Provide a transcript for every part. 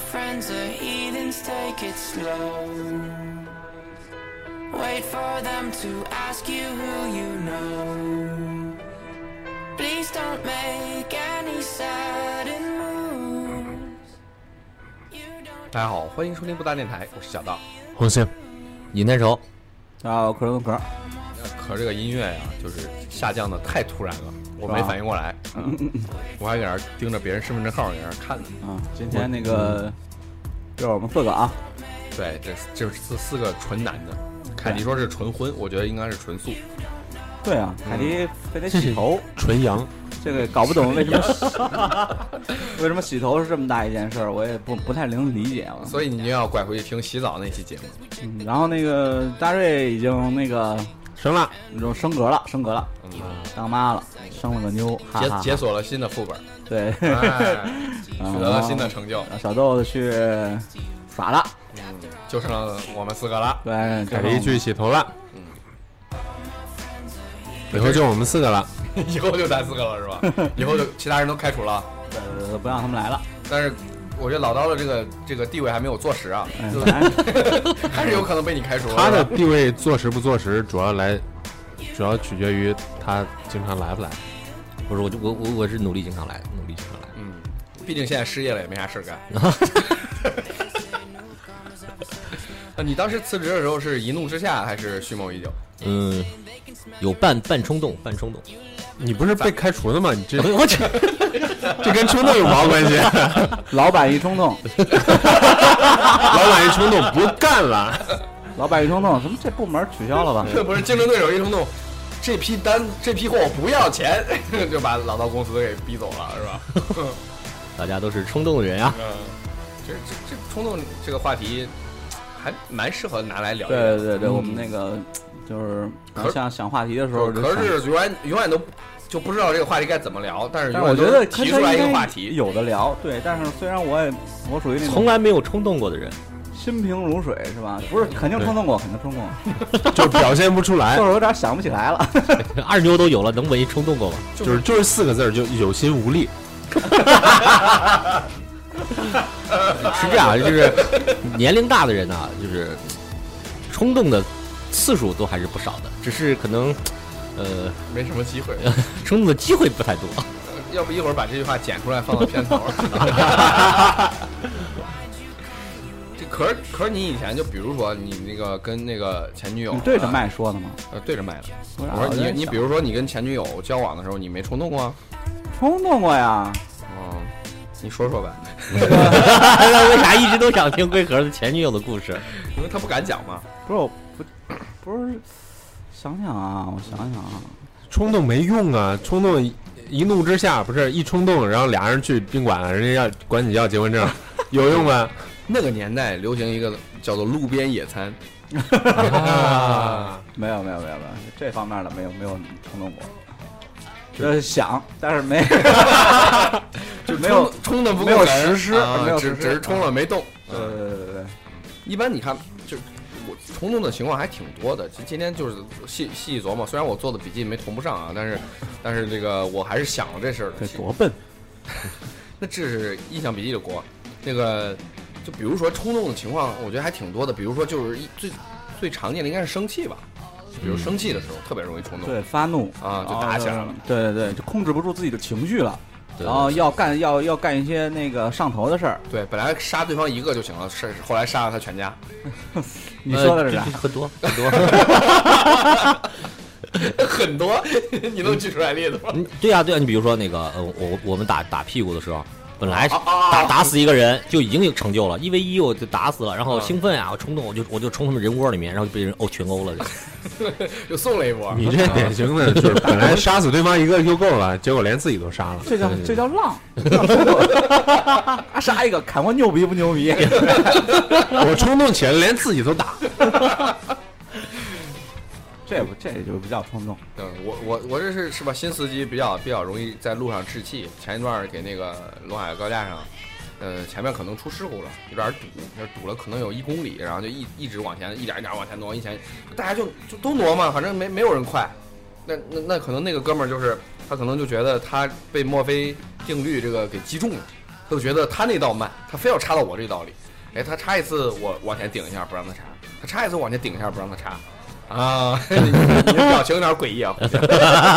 friends are heathens, take it slow. Wait for them to ask you who you know. Please don't make any sudden moves. You don't 大家好，欢迎收听不搭电台，我是小道。红星，尹天仇，啊，我壳跟壳，可这个音乐呀、就是下降的太突然了，我没是吧反应过来，嗯， 我还搁那儿盯着别人身份证号搁那儿看呢。啊，今天那个嗯就是我们四个啊，对，这这四四个纯男的，凯迪说是纯荤，我觉得应该是纯素。对啊，凯迪非得洗头，嗯纯阳，这个搞不懂为什么洗 为什么洗头是这么大一件事儿，我也不不太能理解了。所以你就要拐回去听洗澡那期节目。嗯然后那个大瑞已经那个神了，就升格了，升格了，嗯，当妈了，生了个妞， 哈哈哈解解锁了新的副本，对， 哎，嗯取得了新的成就，小豆子去耍了，就剩我们四个了。 对，凯这是我迪去洗头了，以后就我们四个了，以后就咱四个了是吧？以后就其他人都开除了。们呃不让他们来了，但是我觉得老刀的这个这个地位还没有坐实啊，嗯就反正是还是有可能被你开除。他的是吧地位坐实不坐实，主要来，主要取决于他经常来不来。不是，我就我我我是努力经常来，努力经常来。嗯，毕竟现在失业了也没啥事儿干。 那你当时辞职的时候是一怒之下还是蓄谋已久？嗯，有半半冲动，半冲动。你不是被开除的吗？你 这我去，这跟冲动有毛关 系？老板一冲动，老板一冲动不干 了，老板一冲动，什么这部门取消了吧？这 不是竞争对手一冲动，这批单这批货我不要钱， 就把老刀公司给逼走了，是吧？大家都是冲动的人啊。嗯，这这这冲动这个话题还蛮适合拿来聊一聊。对对对，我们那个就是可是像想话题的时候就想，可是永远永远都就不知道这个话题该怎么聊，但是但永是我远都觉得提出来一个话应该题，有的聊，对。但是虽然我也我属于那从种来没有冲动过的人，心平如水是吧？不是，肯定冲动过，肯定冲动 过，就表现不出来就，是有点想不起来 了。二妞都有了，能没冲动过吗？就是就是四个字儿，就有心无力。是这样，啊就是年龄大的人啊，就是冲动的次数都还是不少的，只是可能呃没什么机会。 冲动的机会不太多。 要不一会儿把这句话剪出来放到片头。 这可是可是你以前就比如说你那个跟那个前女友啊你对着麦说的吗？呃对着麦了，我我说有你点你想比如说你跟前女友交往的时候你没冲动过啊，冲动过呀，嗯，你说说吧，那为啥一直都想听龟壳的前女友的故事？因为他不敢讲嘛，不是我不不是，想想啊，我想想啊，冲动没用啊，冲动一一怒之下不是一冲动，然后俩人去宾馆，人家要管你要结婚证，有用吗？那个年代流行一个叫做路边野餐，没有没有没有没有这方面的没有没有冲动过，就是想，但是没 就 没有冲冲的不够没有狠实施啊没有只实施只是冲了没动。对对对对嗯对，一般你看，就我冲动的情况还挺多的。其实今天就是细细一琢磨，虽然我做的笔记没同不上啊，但是但是这个我还是想了这事儿的。这其实多笨，那这是印象笔记的锅。那个就比如说冲动的情况，我觉得还挺多的。比如说就是一最最常见的应该是生气吧，比如生气的时候特别容易冲动。对，发怒啊就然后打起来了对对对，就控制不住自己的情绪了，对然后要干要要干一些那个上头的事儿。对，本来杀对方一个就行了，是后来杀了他全家。 你说的是啥呃？很多很多。很多，你能举出来例子吗？嗯，对呀、对呀、你比如说那个，呃，我我们打打屁股的时候，本来啊啊啊打打死一个人就已经有成就了，一 v 一我就打死了，然后啊兴奋啊，我冲动，我就我就冲他们人窝里面，然后就被人殴群殴 了。又送了一波。 你 这典型的就是本来杀死对方一个就够了，结果连自己都杀了。 这叫这叫浪，杀一个砍我牛逼不 牛逼？我冲动起来连自己都打，这不这就不叫冲动，嗯，我我我这是是吧？新司机比较比较容易在路上置气。前一段儿给那个陇海高架上，呃，前面可能出事故了，有点儿堵，那堵了可能有一公里，然后就一一直往前，一点儿一点儿往前挪，一前大家就就都挪嘛，反正没没有人快。那那那可能那个哥们儿就是他可能就觉得他被墨菲定律这个给击中了，他就觉得他那道慢，他非要插到我这道里。哎，他插一次我往前顶一下，不让他插；他插一次我往前顶一下，不让他插。啊，你你的表情有点诡异啊！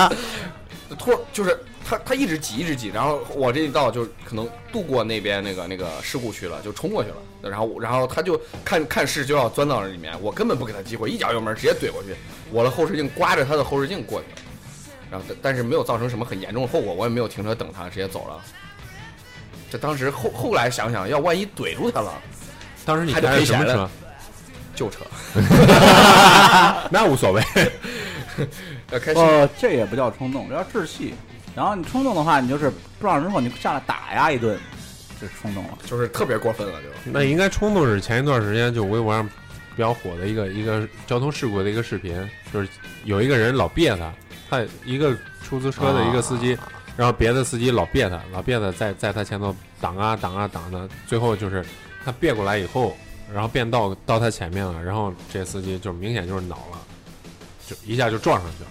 突然就是他他一直挤一直挤，然后我这一道就可能渡过那边那个那个事故区了，就冲过去了。然后我然后他就看看势就要钻到那里面，我根本不给他机会，一脚油门直接怼过去，我的后视镜刮着他的后视镜过去了。然后但但是没有造成什么很严重的后果，我也没有停车等他，直接走了。这当时后后来想想，要万一怼住他了，当时你还得开赔的什么钱车了？旧车，那无所谓。要开心。呃，这也不叫冲动，这叫志气。然后你冲动的话，你就是撞上之后你下来打压一顿，这是冲动了。就是特别过分了，就那应该冲动是前一段时间就微博上比较火的一个一个交通事故的一个视频，就是有一个人老别他，他一个出租车的一个司机，啊然后别的司机老别他，老别他在在他前头挡啊挡啊挡的，最后就是他别过来以后，然后变到到他前面了，然后这司机就明显就是恼了，就一下就撞上去了。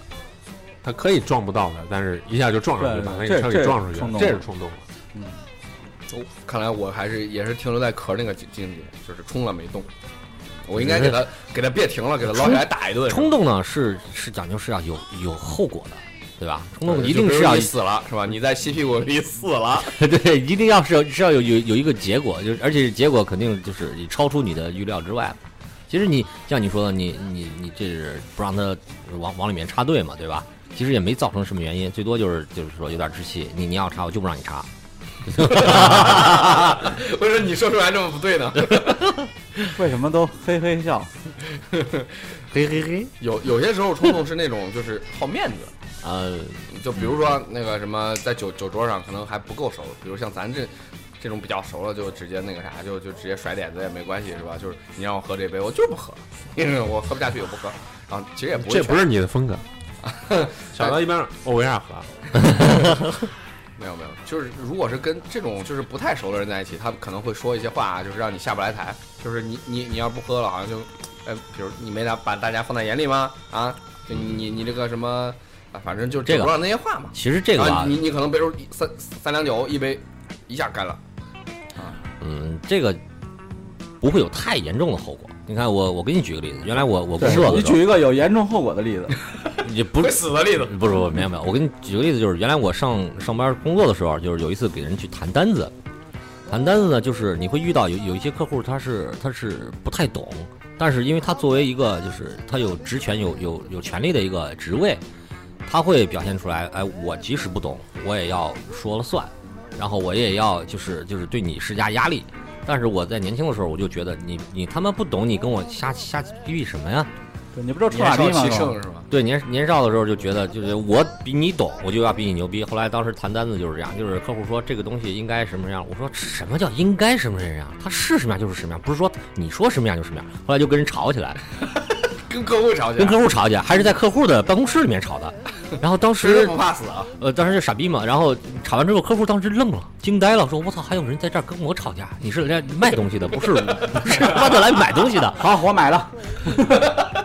他可以撞不到的，但是一下就撞上去，对把那这个车这给撞出去冲了，动这是了冲动了。哦看来我还是也是停留在壳那个境境界，就是冲了没动。我应该给他给他别停了，给他捞起来打一顿。冲动呢是是讲究是要有有后果的，对吧？冲动对一定就比是如要你死了是吧？你在吸屁股里死 了，对，一定要是是要有有有一个结果，就是而且结果肯定就是你超出你的预料之外了。其实你像你说的，你你你这是不让他往往里面插队嘛，对吧？其实也没造成什么原因，最多就是就是说有点窒息，你你要插我就不让你插，为什么你说出来这么不对呢？为什么都嘿嘿笑？嘿嘿嘿，有有些时候冲动是那种就是好面子，呃，就比如说那个什么，在酒酒桌上可能还不够熟，比如像咱这这种比较熟了，就直接那个啥，就就直接甩点子也没关系，是吧？就是你让我喝这杯，我就是不喝，因为我喝不下去，我不喝。然后其实也不会这不劝是你的 风格。想到一边儿，哦我为啥喝？没有没有，就是如果是跟这种就是不太熟的人在一起，他可能会说一些话，就是让你下不来台，就是你你你要不喝了，好像就，呃，比如你没拿把大家放在眼里吗？啊，就你你你这个什么，啊，反正就是这个不让那些话嘛。其实这个啊吧，你你可能比如一三三两酒一杯，一下干了。嗯，这个不会有太严重的后果。你看我我给你举个例子，原来我我工对作你的时举一个有严重后果的例 子，候也不会是死的例子。不是不是没有没有，我给你举个例子，就是原来我上上班工作的时候，啊就是有一次给人去谈单子，谈单子呢，就是你会遇到有有一些客户他是他是不太懂，但是因为他作为一个就是他有职权有有有权利的一个职位，他会表现出来，哎，我即使不懂，我也要说了算，然后我也要就是就是对你施加压力。但是我在年轻的时候，我就觉得你你他妈不懂，你跟我瞎瞎逼逼什么呀？对你不就臭年傻少逼吗气是吧？盛是吧？对年年少的时候就觉得，就是我比你懂，我就要比你牛逼。后来当时谈单子就是这样，就是客户说这个东西应该什么样，我说什么叫应该什么什么样，它是什么样就是什么样，不是说你说什么样就是什么样。后来就跟人吵起来，跟客户吵架，跟客户吵架，还是在客户的办公室里面吵 的。然后当谁时都不怕死啊！ 呃，当时就傻逼嘛，然后吵完之后，客户当时愣了，惊呆了，说：“我操，还有人在这儿跟我吵架？你是来卖东西的，不是不是 他妈的来买东西的好，我买了。？”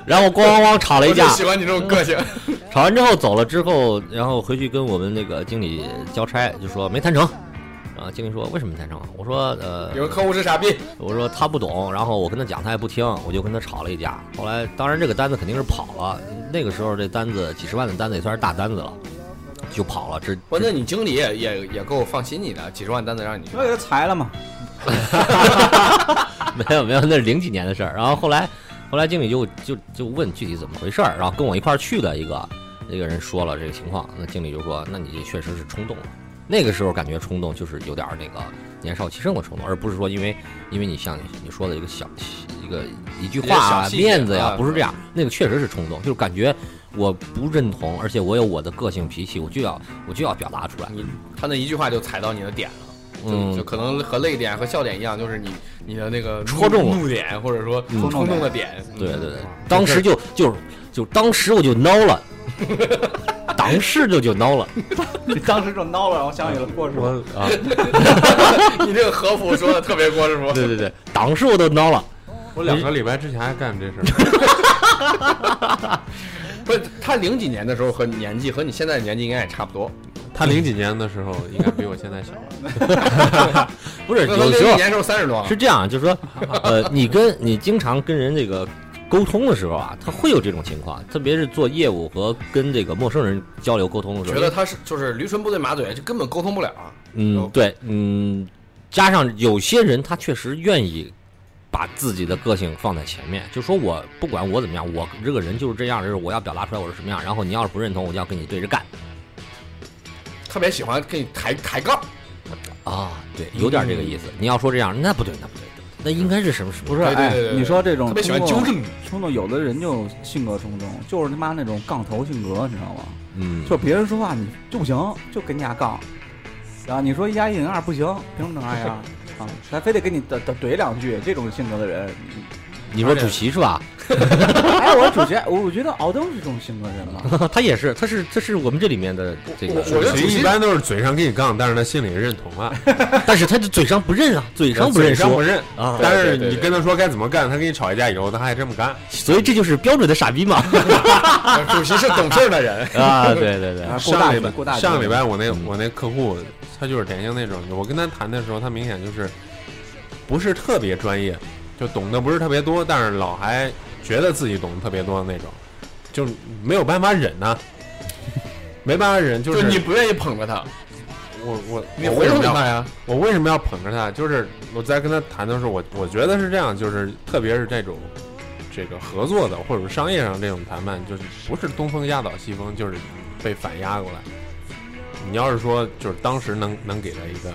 然后咣咣咣吵了我一就架，喜欢你这种 个性。吵完之后走了之后，然后回去跟我们那个经理交差，就说没谈成。然后经理说为什么没谈成啊？我说呃你，说客户是傻逼，我说他不懂，然后我跟他讲他也不听，我就跟他吵了一架。后来当然这个单子肯定是跑了，那个时候这单子几十万的单子也算是大单子了，就跑了。这关键你经理也也也够放心你的，几十万单子让你去哎我给他裁了嘛。 没有没有，那是零几年的事儿。然后后来，后来经理就就就问具体怎么回事儿，然后跟我一块儿去的一个那个人说了这个情况，那经理就说：“那你确实是冲动了。”那个时候感觉冲动就是有点儿那个年少气盛的冲动，而不是说因为因为你像你说的一个小一个一句话一啊个小细节面子呀、啊不是这样，那个确实是冲动，就是感觉我不认同，而且我有我的个性脾气，我就要我就要表达出来。你他那一句话就踩到你的点了。就嗯就可能和泪点和笑点一样，就是你你的那个戳中了怒点，或者说嗯冲动的点。对对嗯对，当时就就就当时我就孬了，当时就就孬了。你当时就孬了，我想起了郭师傅。啊，对， 你这个和服说的特别郭师傅。对对对，档事我都孬了。我两个礼拜之前还干这事儿，不是他零几年的时候和年纪和你现在的年纪应该也差不多。他零几年的时候应该比我现在小吧？不是那他有零时一候年时候三十多，是这样，啊就是说，呃，你跟你经常跟人这个沟通的时候啊，他会有这种情况，特别是做业务和跟这个陌生人交流沟通的时觉候，得他是就是驴唇不对马嘴，就根本沟通不了。嗯，对，嗯，加上有些人他确实愿意把自己的个性放在前面，就说我不管我怎么样，我这个人就是这样，就是我要表达出来我是什么样，然后你要是不认同，我就要跟你对着干特别喜欢跟你抬抬杠，啊，对，有点这个意思。你要说这样，那不对，那不对，那应该是什么什么？不是，对对对对哎，你说这种特别喜欢冲纠动正你。冲动，有的人就性格冲动，就是他妈那种杠头性格，你知道吗？嗯，就别人说话你就不行，就跟你俩杠，然后你说一加一等于二不行，凭什么能二 呀？啊，还非得跟你怼怼怼两句，这种性格的人，你说主席是吧？ 哎，我主角， 我我觉得敖登是这种性格人嘛， 他也是，他是，这是我们这里面的这我个，我觉得主谁席一般都是嘴上跟你杠，但是他心里认同啊，但是他就嘴上不认啊，嘴上不嘴认上不说认。啊，对但是对对你跟他说该怎么干，他跟你吵一架以后，他还这么干。所以这就是标准的傻逼嘛主席是懂事儿的 人，啊，对对对啊过上大个局礼过拜大局上个礼拜我那嗯我那客户他就是典型那种，我跟他谈的时候，他明显就是不是特别专业，就懂得不是特别多，但是老还觉得自己懂得特别多的那种，就没有办法忍呐、没办法忍，就就是你不愿意捧着他，我我你我回为什应么要他呀？我为什么要捧着他？就是我在跟他谈的时候，我我觉得是这样，就是特别是这种这个合作的或者商业上这种谈判，就是不是东风压倒西风，就是被反压过来。你要是说就是当时能能给他一个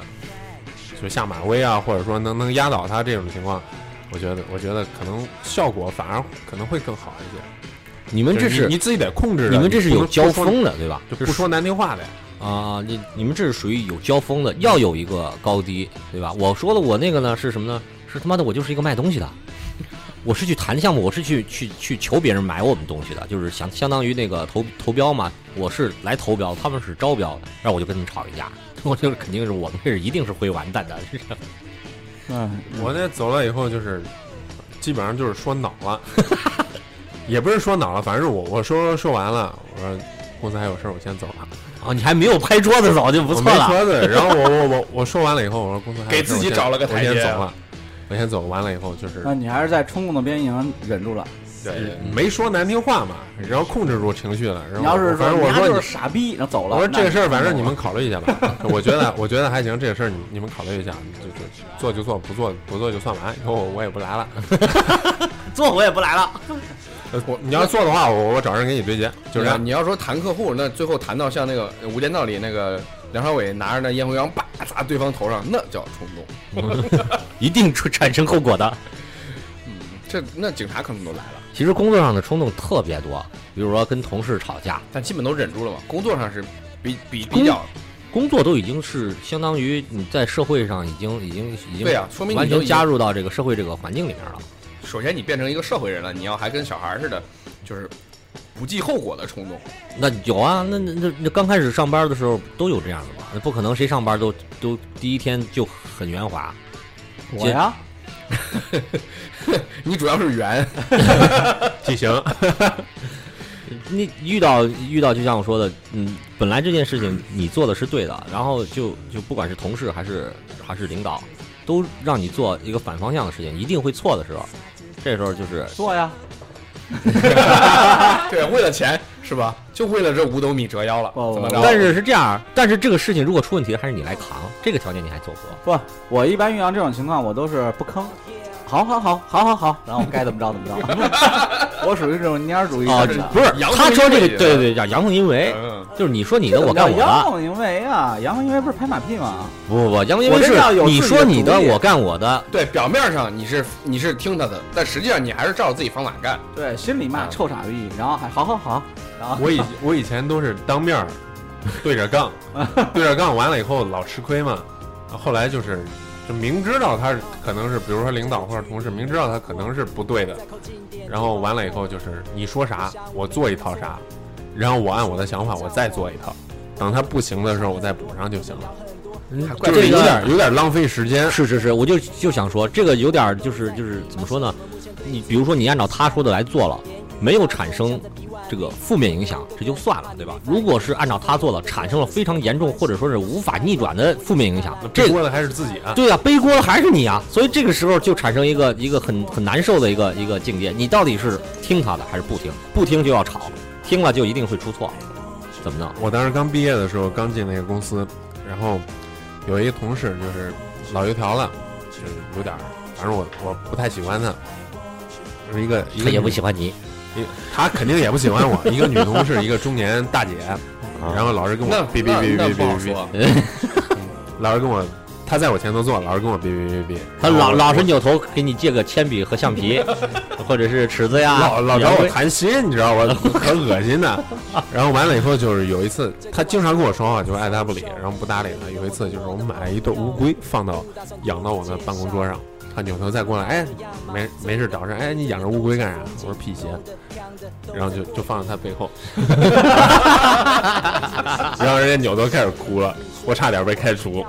就下马威啊，或者说能能压倒他这种情况，我觉得我觉得可能效果反而可能会更好一些。 你们这就是你你自己得控制的，你们这是不有能交不说锋的，对吧？就不说难听话的呀。啊，你你们这是属于有交锋的，要有一个高低，对吧？我说的我那个呢是什么呢？是他妈的我就是一个卖东西的，我是去谈项目，我是去去去求别人买我们东西的，就是相相当于那个投投标嘛，我是来投标，他们是招标的，然后我就跟他们吵一架， 我就是肯定是我们这是一定是会完蛋的， 是这样嗯，我那走了以后就是，基本上就是说恼了， 也不是说恼了，反正我我说说完了，我说公司还有事儿，我先走了。啊，你还没有拍桌子走就不我错没了，说的，然后我我我我说完了以后，我说公司还有给事儿自己找了个台我阶先走了，我先走。完了以后就是那你还是在冲动的边缘忍住了。对，没说难听话嘛，然后控制住情绪了。然后你要是我反正我你说丫就你是傻逼，然后走了，我说这个事儿，反正你们那考虑一 下吧。我觉得，我觉得还行。这个事儿你你们考虑一下，就就做就做，不做不做就算完。以后我我也不来了。坐我也不来了， 呃我你要做的话，我我找人给你对接，就就这啊是样。你要说谈客户，那最后谈到像那个《无间道》里那个梁朝伟拿着那烟灰缸叭砸对方头上，那叫冲动。一定出产生后果的。这那警察可能都来了，其实工作上的冲动特别多，比如说跟同事吵架，但基本都忍住了嘛。工作上是比比工比较工作都已经是相当于你在社会上已经已经已经对啊说明你嗯完都全已经加入到这个社会这个环境里面了。首先你变成一个社会人了，你要还跟小孩儿似的，就是不计后果的冲动。那有啊，那那那那刚开始上班的时候都有这样的嘛，那不可能谁上班都都第一天就很圆滑。我我呀，你主要是圆，地形， 你遇到遇到就像我说的，嗯，本来这件事情你做的是对的，然后就就不管是同事还是还是领导，都让你做一个反方向的事情，一定会错的时候，这时候就是做呀， 对，为了钱是吧？就为了这五斗米折腰了，不怎不么不着？哦但是是这样，但是这个事情如果出问题，还是你来扛，这个条件你还做不做？不，我一般遇到这种情况，我都是不吭。好好好好好好，然后该怎么着怎么着， 我属于这种蔫儿主义哦啊型的。，不是阳，奉他说这阴个违对对对，叫阳奉阴违，嗯，就是你说你的，我干 我阳的。奉阴违啊，阳奉阴违不是拍马屁吗？不不不，阳奉阴我违这是叫有你自己说的你的，主意我干我的。对，表面上你是你是听他的，但实际上你还是照着自己方法干。哦对，心里骂臭傻逼，然后还好好好，然后我以我以前都是当面儿对着 杠，对着杠完了以后老吃亏嘛。后来就是就明知道他可能是，比如说领导或者同事，明知道他可能是不对的，然后完了以后就是你说啥我做一套啥，然后我按我的想法我再做一套，等他不行的时候我再补上就行了。嗯怪就是这有个点有点浪费时间，是是是，我就就想说，这个有点儿就是就是怎么说呢？你比如说你按照他说的来做了，没有产生这个负面影响，这就算了，对吧？如果是按照他做的，产生了非常严重或者说是无法逆转的负面影响，这背个锅的还是自己啊。对啊，背锅的还是你啊，所以这个时候就产生一个一个很很难受的一个一个境界，你到底是听他的还是不听？不听就要吵，听了就一定会出错，怎么弄？我当时刚毕业的时候，刚进那个公司，然后有一个同事就是老油条了，就是有点儿，反正我我不太喜欢他，就是一个一他个也不女喜欢你，她肯定也不喜欢 我，一个女同事，一个中年大姐，啊然后老是跟我那哔哔哔那那哔不好哔哔，说，老是跟我，她在我前头坐，老是跟我哔哔哔哔，他然后老我老是扭头给你借个铅笔和橡皮，或者是尺子呀，老老找圆我规谈心，你知道我可恶心的。然后完了以后，就是有一次，他经常跟我说话，就爱答不理，然后不搭理他。有一次就是我们买了一对乌龟，放到养到我们办公桌上，他扭头再过来，哎，没没事找事，哎，你养着乌龟干啥？我说辟邪，然后就就放在他背后，然后人家扭头开始哭了，我差点被开除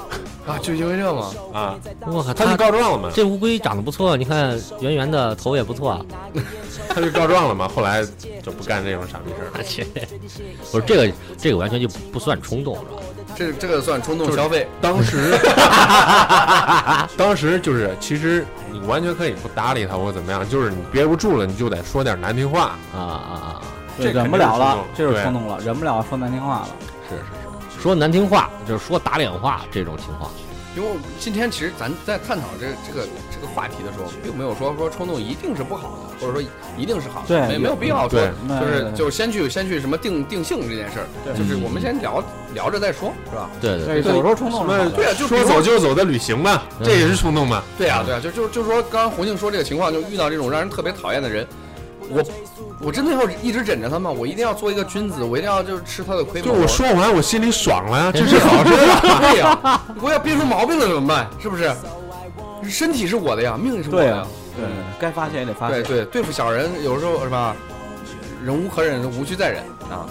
啊，就因为这嘛，啊！我靠，他去他告状了嘛，这乌龟长得不错，你看圆圆的头也不错。啊 他去告状了嘛，后来就不干这种傻逼事儿了。不是这个，这个完全就不算冲动了。这这个算冲动消费，当时， 当时就是，其实你完全可以不搭理他或者怎么样，就是你憋不住了，你就得说点难听话。啊啊啊！这忍不了了，肯定这是冲动是冲动了，忍不了说难听话了。是是是，说难听话就是说打脸话这种情况。因为今天其实咱在探讨这个这个这个话题的时候，并没有说说冲动一定是不好的，或者说一定是好的，对没没有必要说对那就是就是先去先去什么定定性这件事儿，就是我们先聊聊着再说，是吧？对对对，有时候冲什动是好么的对啊就比说如走就走的旅行吧，嗯这也是冲动嘛。对啊，对啊，就就就说刚刚红杏说这个情况，就遇到这种让人特别讨厌的人，我我真的要一直忍着他吗？我一定要做一个君子，我一定要就是吃他的亏吗？就我说完，我心里爽了呀，这真是是好 事啊。对呀、我要憋出毛病了怎么办？是不是？身体是我的呀，命是我的对呀啊。，对，该发泄也得发对泄。对，对付小人有时候是吧，忍无可忍，无需再忍啊。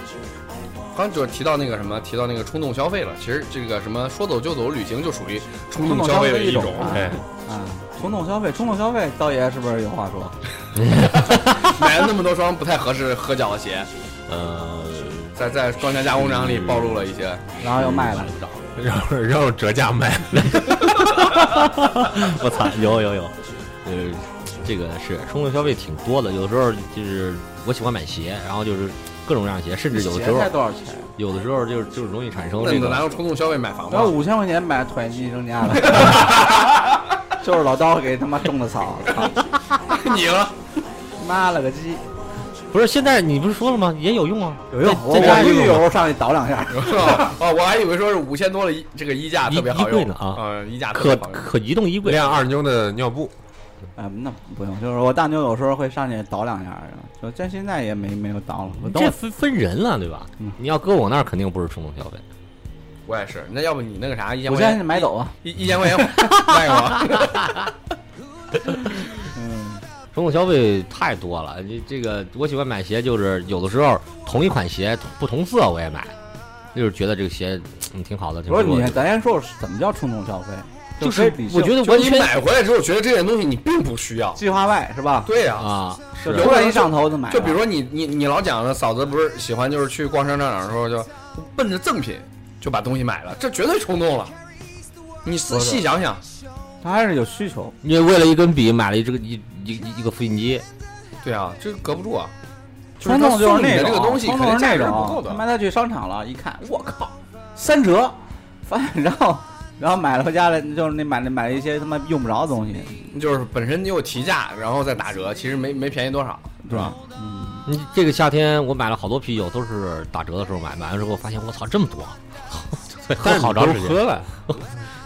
刚就提到那个什么，提到那个冲动消费了。其实这个什么说走就走旅行就属于冲动消费的一种。冲动消费哎，啊，冲动消费，冲动消费，刀爷是不是有话 说？买了那么多双不太合适合脚的鞋，呃，在在装箱加工厂里暴露了一些。然后又卖 了，然后然后折价卖，我操，有有有，呃，这个是冲动消费挺多的。有的时候就是我喜欢买鞋，然后就是各种各样的鞋，甚至嗯有的时鞋才候多少 钱？有的时候就是就是容易产生那这你哪个。有冲动消费买房我要吗？五千块钱买椭圆机扔 家了，就是老刀给他妈种的草，操你了，妈了个鸡！不是现在你不是说了吗？也有用啊，有用，我在家我也有狱用啊友上去倒两 下，哦，我还以为说是五千多的衣这个衣架特别好衣衣柜用呢啊嗯，衣架特别可好用可移动衣柜。晾二妞的尿布，啊，那不用，就是我大妞有时候会上去倒两下，就但现在也没没有倒了。我等这我分分人了，对吧嗯？你要搁我那儿，肯定不是冲动消费。我也是。那要不你那个啥，一千我块先钱买走啊，一一千 块钱卖给我。嗯，冲动消费太多了，这这个我喜欢买鞋，就是有的时候同一款鞋不同色我也买，就是觉得这个鞋嗯挺好的，挺不不是错你的，咱先说怎么叫冲动消费，就非是理性我觉得就完你全买回来之后，觉得这件东西你并不需要。计划外是吧？对呀、啊，就是突然一上头就买了，就比如说你你你老讲的嫂子不是喜欢就是去逛商场的时候就奔着赠品就把东西买了，这绝对冲动了。你细细想想，他还是有需求，你为了一根笔买了一这个一一一个复印机，对啊，这隔不住啊。就冲是他动就是送你那的种这个东西，冲肯动定是价那值不够种，他妈的。他去商场了，一看，我靠，三折，发现然后然后买了回家了，就是那买了买了一些他妈用不着的东西，就是本身你有提价，然后再打折，其实没没便宜多少，是吧？嗯，你这个夏天我买了好多啤酒，都是打折的时候买，买完之后发现我操这么多， 但喝是好你长都时间，喝了，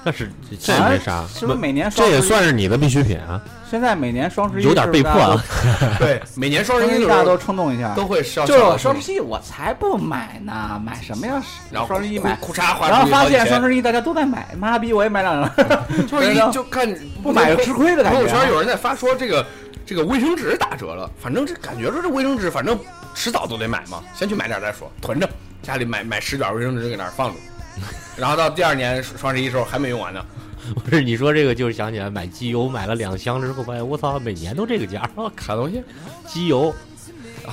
但是这也没啥，是不是每年这双也十一？算是你的必需品啊。现在每年双十一有点被迫啊是，对，每年双不十是一大家都，的大家时都候冲动一下，都会上就是我啊小双的时十一我才不买呢，买什么呀？然后双十一买，裤衩花出去然后发现好几千双十一大家都在买，妈逼我也买两张，候 就是对一的就看不买吃亏的感觉朋啊友圈有人在发说这个这个卫生纸打折了，反正这感觉说这卫生纸反正迟早都得买嘛，先去买点儿再说，囤着，家里买买十卷卫生纸搁那儿放着，然后到第二年双十一时候还没用完呢。 不是你说这个就是想起来买机油买了两箱之后发现我操每年都这个价，啥东西？机油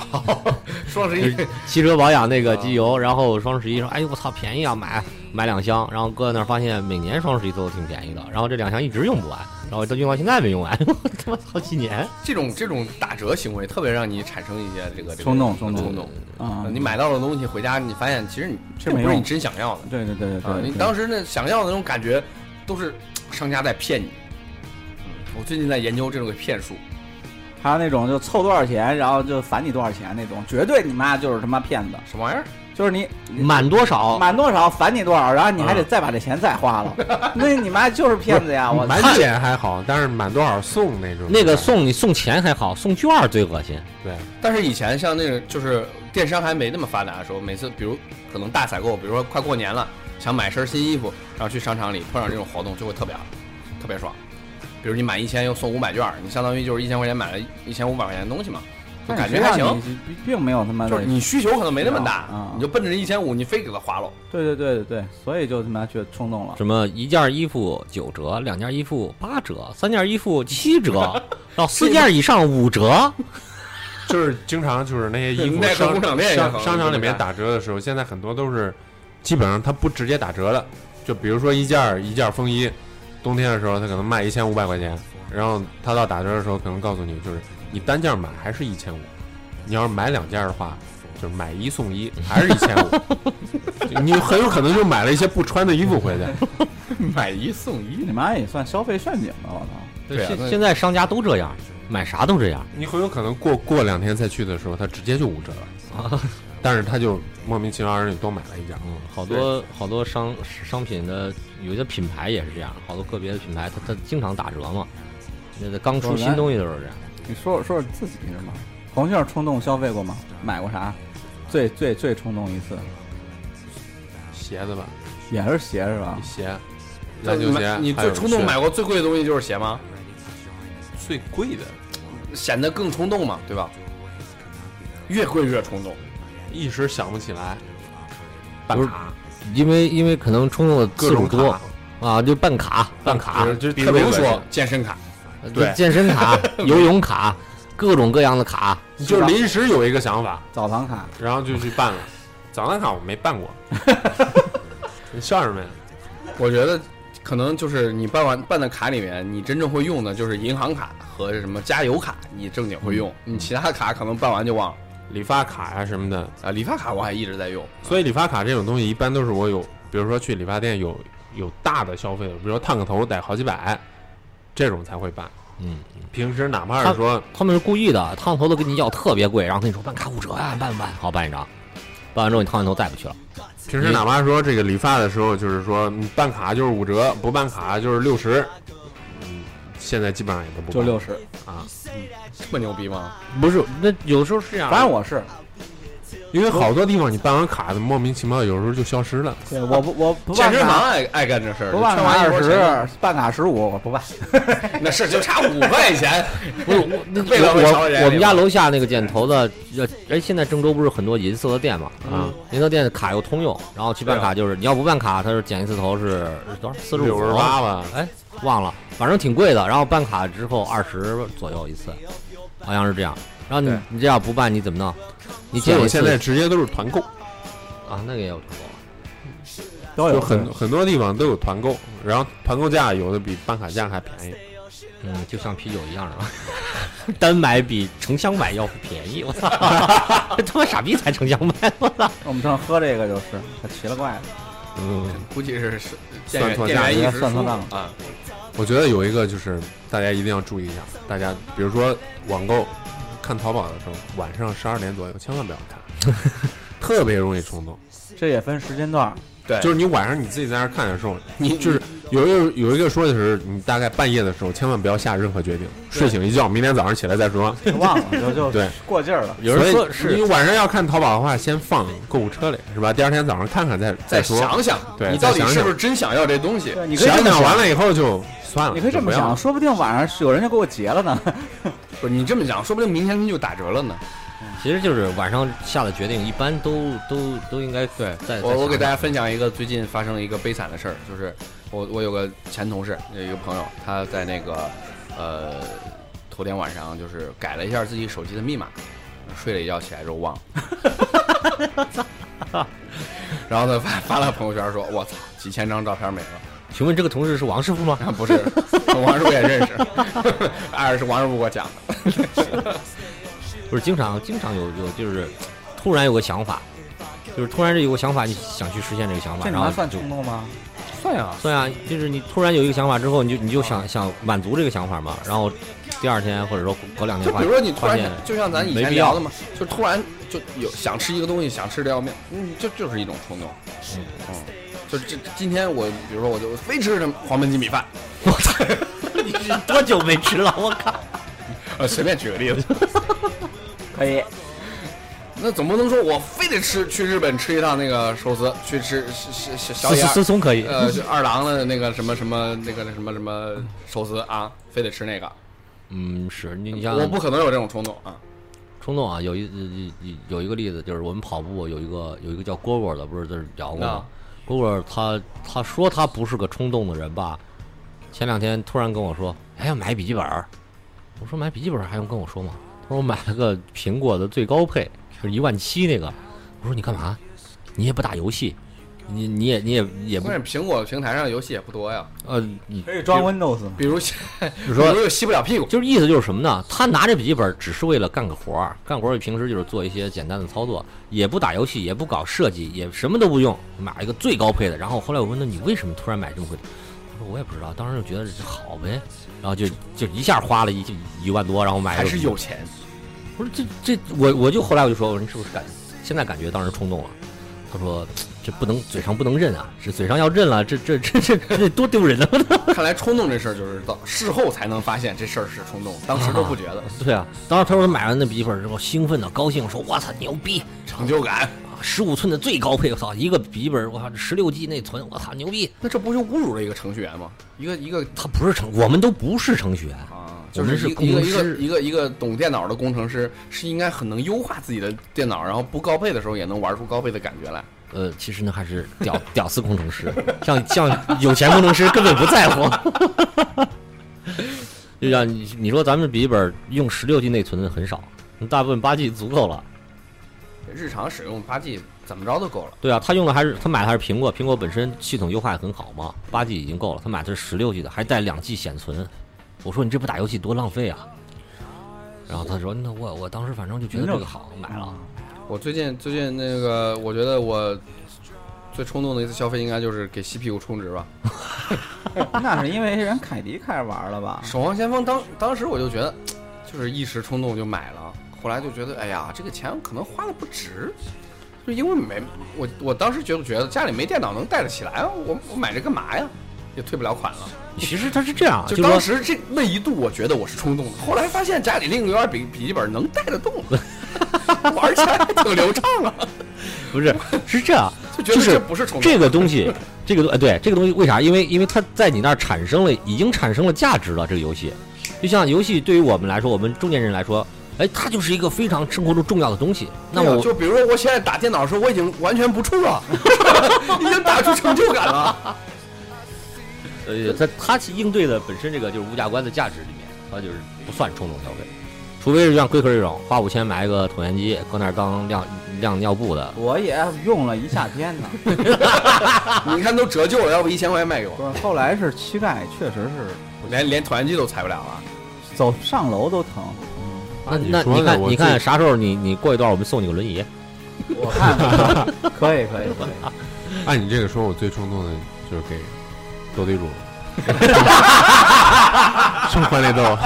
双十一汽车保养那个机啊油，然后双十一说，哎呦我操便宜啊，买买两箱，然后搁那儿发现每年双十一都挺便宜的，然后这两箱一直用不完，然后都用到现在没用完， 我他妈好几年。这种这种打折行为，特别让你产生一些这个这个冲动冲冲动动。啊呃，你买到了东西回家，你发现其实你这没不是用你真想要的对对对对啊！对，你对当时那想要的那种感觉，都是商家在骗你。嗯，我最近在研究这种骗术，还有那种就凑多少钱，然后就返你多少钱那种，绝对你妈就是他妈骗子，什么玩意儿？就是你嗯你满多哦少？满多少返你多少，然后你还得再把这钱再花了， 那你妈就是骗子呀！我满操减还好，但是满多少送那种。那个送你送钱还好，送券儿最恶心。对，但是以前像那种就是电商还没那么发达的时候，每次比如可能大采购，比如说快过年了，想买身新衣服，然后去商场里碰上这种活动，就会特别特别爽。比如你满一千又送五百券儿，你相当于就是一千块钱买了一千五百块钱的东西嘛，就但感是觉还实际上行你。你并没有他妈的就是你需求可能没那么大是啊啊，你就奔着一千五，你非给它花了。对对对对对，所以就他妈觉得冲动了。什么一件衣服九折，两件衣服八折，三件衣服七折，然后四件以上五折。就是经常就是那些衣服耐克商工厂店也商好商场里面打折的时候，现在很多都是基本上它不直接打折了，就比如说一件儿一件儿风衣，冬天的时候它可能卖一千五百块钱，然后它到打折的时候可能告诉你就是你单件买还是一千五，你要是买两件的话。就是买一送一，还是一千五，你很有可能就买了一些不穿的衣服 回来。 买一送一，你妈也算消费陷阱吧，我操！ 对啊那现现在商家都这样，买啥都这样。你很有可能过过两天再去的时候，它直接就五折了，但是他就莫名其妙让你多买了一件。嗯，好多好多商商品的有些品牌也是这样，好多个别的品牌它它经常打折嘛。那个刚出新东西的时候是这样，你说说说自己是吗？红杏冲动消费过吗？买过啥？最最最冲动一次鞋子吧，也是鞋是吧？鞋，篮球你鞋买，你还有最冲动靴买过最贵的东西就是鞋吗？最贵的显得更冲动嘛，对吧？越贵越冲动，一时想不起来，不办是卡因为因为可能冲动的各次数种多卡，啊，就办卡办卡就是，就是比特别如恶心说健身卡，对健身 卡、游泳卡，各种各样的卡。你就临时有一个想法，澡堂卡，然后就去办了。早餐卡我没办过， 你笑什么呀？我觉得可能就是你办完办的卡里面，你真正会用的就是银行卡和什么加油卡，你正经会用，嗯你其他的卡可能办完就忘了。理发卡呀、什么的，啊，理发卡我还一直在用，所以理发卡这种东西一般都是我有，比如说去理发店有有大的消费，比如说烫个头得好几百，这种才会办。嗯，平时哪怕是说他们是故意的，烫头都跟你要特别贵，然后跟你说办卡五折啊，办不办？好，办一张，办完之后你烫完头再不去了。平时哪怕说这个理发的时候，就是说你办卡就是五折，不办卡就是六十。嗯，现在基本上也都不就办六十。啊，这么牛逼吗？不是，那有时候是这样反正我是，因为好多地方你办完卡的莫名其妙有时候就消失了。对，我不我不健办身卡，房爱爱干这事儿，不办劝卡完一二波钱，十，办卡十五，我不办。那是就差五块钱，不是我那为了会瞧人我我们家楼下那个剪头的，呃哎，现在郑州不是很多银色的店嘛？啊嗯，啊银色店的卡又通用，然后去办对卡就是你要不办卡，他是剪一次头是是多少？四十五、六十八吧，哎，忘了，反正挺贵的。然后办卡之后二十左右一次，好像是这样。然后你对你这样不办你怎么弄？你所剪以一我次现在直接都是团购，啊，那个也有团都就有很哎对很多地方都有团购，然后团购价有的比办卡价还便宜。购，嗯，就像啤酒一样是吧？ 单买比成箱买要便宜，我操！ 他妈傻逼才成箱买，我操！ 我们正喝这个就是，可奇了怪了。嗯，估计是是店算员错店员价一格时算错输账了啊，我觉得有一个就是大家一定要注意一下，大家比如说网购看淘宝的时候，晚上十二点左右千万不要看， 特别容易冲动。这也分时间段儿，对，就是你晚上你自己在那儿看的时候，你就是有一个有一个说的是，你大概半夜的时候千万不要下任何决定，睡醒一觉，明天早上起来再说。就忘 了，就就对过劲儿了。有人所说以是你晚上要看淘宝的话，先放购物车里，是吧？第二天早上看看再再说。想想，对你到底再想是想不是真想要这东西？对，你可以想这么想完，了以后就算了，你可以这么就不要想，了。说不定晚上是有人就给我结了呢。不是你这么讲，说不定明天就打折了呢。其实就是晚上下的决定，一般都都都应该对再我哎再我给想大家分享一个最近发生了一个悲惨的事儿，就是我我有个前同事，有一个朋友，他在那个呃头天晚上就是改了一下自己手机的密码，睡了一觉起来之后忘了， 然后呢发发了朋友圈说：“我操，几千张照片没了。 请问这个同事是王师傅吗？”啊，不是，王师傅也认识， 二是王师傅给我讲的。不是，经常经常有有就是突然有个想法，就是突然就有个想法，你想去实现这个想法，这然能后算就冲动吗？算呀，对啊，就是你突然有一个想法之后，你就你就想想满足这个想法嘛，然后第二天或者说隔两就天发比现如说你突发然现想，就像咱以嗯没前必要聊的嘛，就突然就有想吃一个东西，想吃这要面，嗯，就就是一种冲动，嗯嗯，就这今天我比如说我就非吃什么黄焖鸡米饭，我操，你是多久没吃了？我靠！呃，随便举个 例子，可以，那总不能说我非得吃去日本吃一趟那个寿司，去吃小小小思小野思思二松可以，呃是二郎的那个什么什么那个什么什么寿司啊，非得吃那个，嗯，是你你像我不可能有这种冲动啊，冲动啊，有一有有有一个例子，就是我们跑步有一个有一个叫蝈蝈的，不是就是聊过吗啊？蝈蝈他他说他不是个冲动的人吧？前两天突然跟我说，哎呀，买笔记本儿。我说买笔记本儿还用跟我说吗？他说我买了个苹果的最高配，就是一万七那个。我说你干嘛？你也不打游戏，你你也你也也不关键苹果平台上游戏也不多呀，呃，你可以装 Windows 吗？比如你你说又吸不了屁股，就是意思就是什么呢？他拿着笔记本只是为了干个活儿，干活儿平时就是做一些简单的操作，也不打游戏，也不搞设计，也什么都不用，买了一个最高配的。然后后来我问他，你为什么突然买这么贵的？他说我也不知道，当时就觉得这好呗，然后就就一下花了一一万多，然后买了还个是有钱。不是这这我我就后来我就说，我说你是不是感现在感觉当时冲动了？他说这不能嘴上不能认啊，这嘴上要认了，这这这这这这多丢人啊！ 看来冲动这事儿就是到事后才能发现这事儿是冲动，当时都不觉得对啊，当时他说买完那笔记本之后兴奋的高兴，说我操牛逼！成就感。十五寸的最高配，我操，一个笔记本，我靠，十六 G 内存，我操，牛逼！那这不就侮辱了一个程序员吗？一个一个他不是程，我们都不是程序员，啊，我就们是是一个工一程个一师个一个一个懂电脑的工程师，是应该很能优化自己的电脑，然后不高配的时候也能玩出高配的感觉来。呃，其实呢还是屌 屌丝工程师，像像有钱工程师根本不在乎。 就像你你说咱们笔记本用十六 G 内存的很少，大部分八 G 足够了。日常使用八 G 怎么着都够了。对啊，他用的还是他买的还是苹果，苹果本身系统优化也很好嘛，八 G 已经够了，他买的是十六 G 的，还带两 G 显存。我说你这不打游戏多浪费啊！然后他说：“那我我当时反正就觉得这个好，买嗯了。我最近最近那个，我觉得我最冲动的一次消费应该就是给西屁股充值吧。 那是因为人凯迪开始玩了吧？守望先锋当当时我就觉得，就是一时冲动就买了，后来就觉得，哎呀，这个钱可能花的不值，就因为没我我当时就觉得家里没电脑能带得起来，啊我我买这干嘛呀？也退不了款了。其实他是这样啊，就就是当说时这那一度我觉得我是冲动的，后来发现家里另一个笔笔记本能带得动， 玩起来挺流畅啊，不是是这样，就觉就得这是不是冲动。这个东西，这个东哎对这个东西为啥？因为因为它在你那儿产生了，已经产生了价值了。这个游戏，就像游戏对于我们来说，我们中年人来说，哎，它就是一个非常生活中重要的东西。那对啊我就比如说我现在打电脑的时候，我已经完全不怵了， 已经打出成就感了。呃，它它其应对的本身这个就是物价观的价值里面，它就是不算冲动消费，除非是像龟壳这种花五千买一个椭圆机，搁那儿当晾晾尿布的，我也用了一夏天呢，你看都折旧了，要不一千块钱卖给我不。是后来是膝盖确实是连连椭圆机都踩不了了。走上楼都疼，那你那说你的看我你最看啥时候你你过一段我们送你个轮椅，我看看，可以可以可以，按你这个说，我最冲动的就是给斗地主，什么欢乐豆？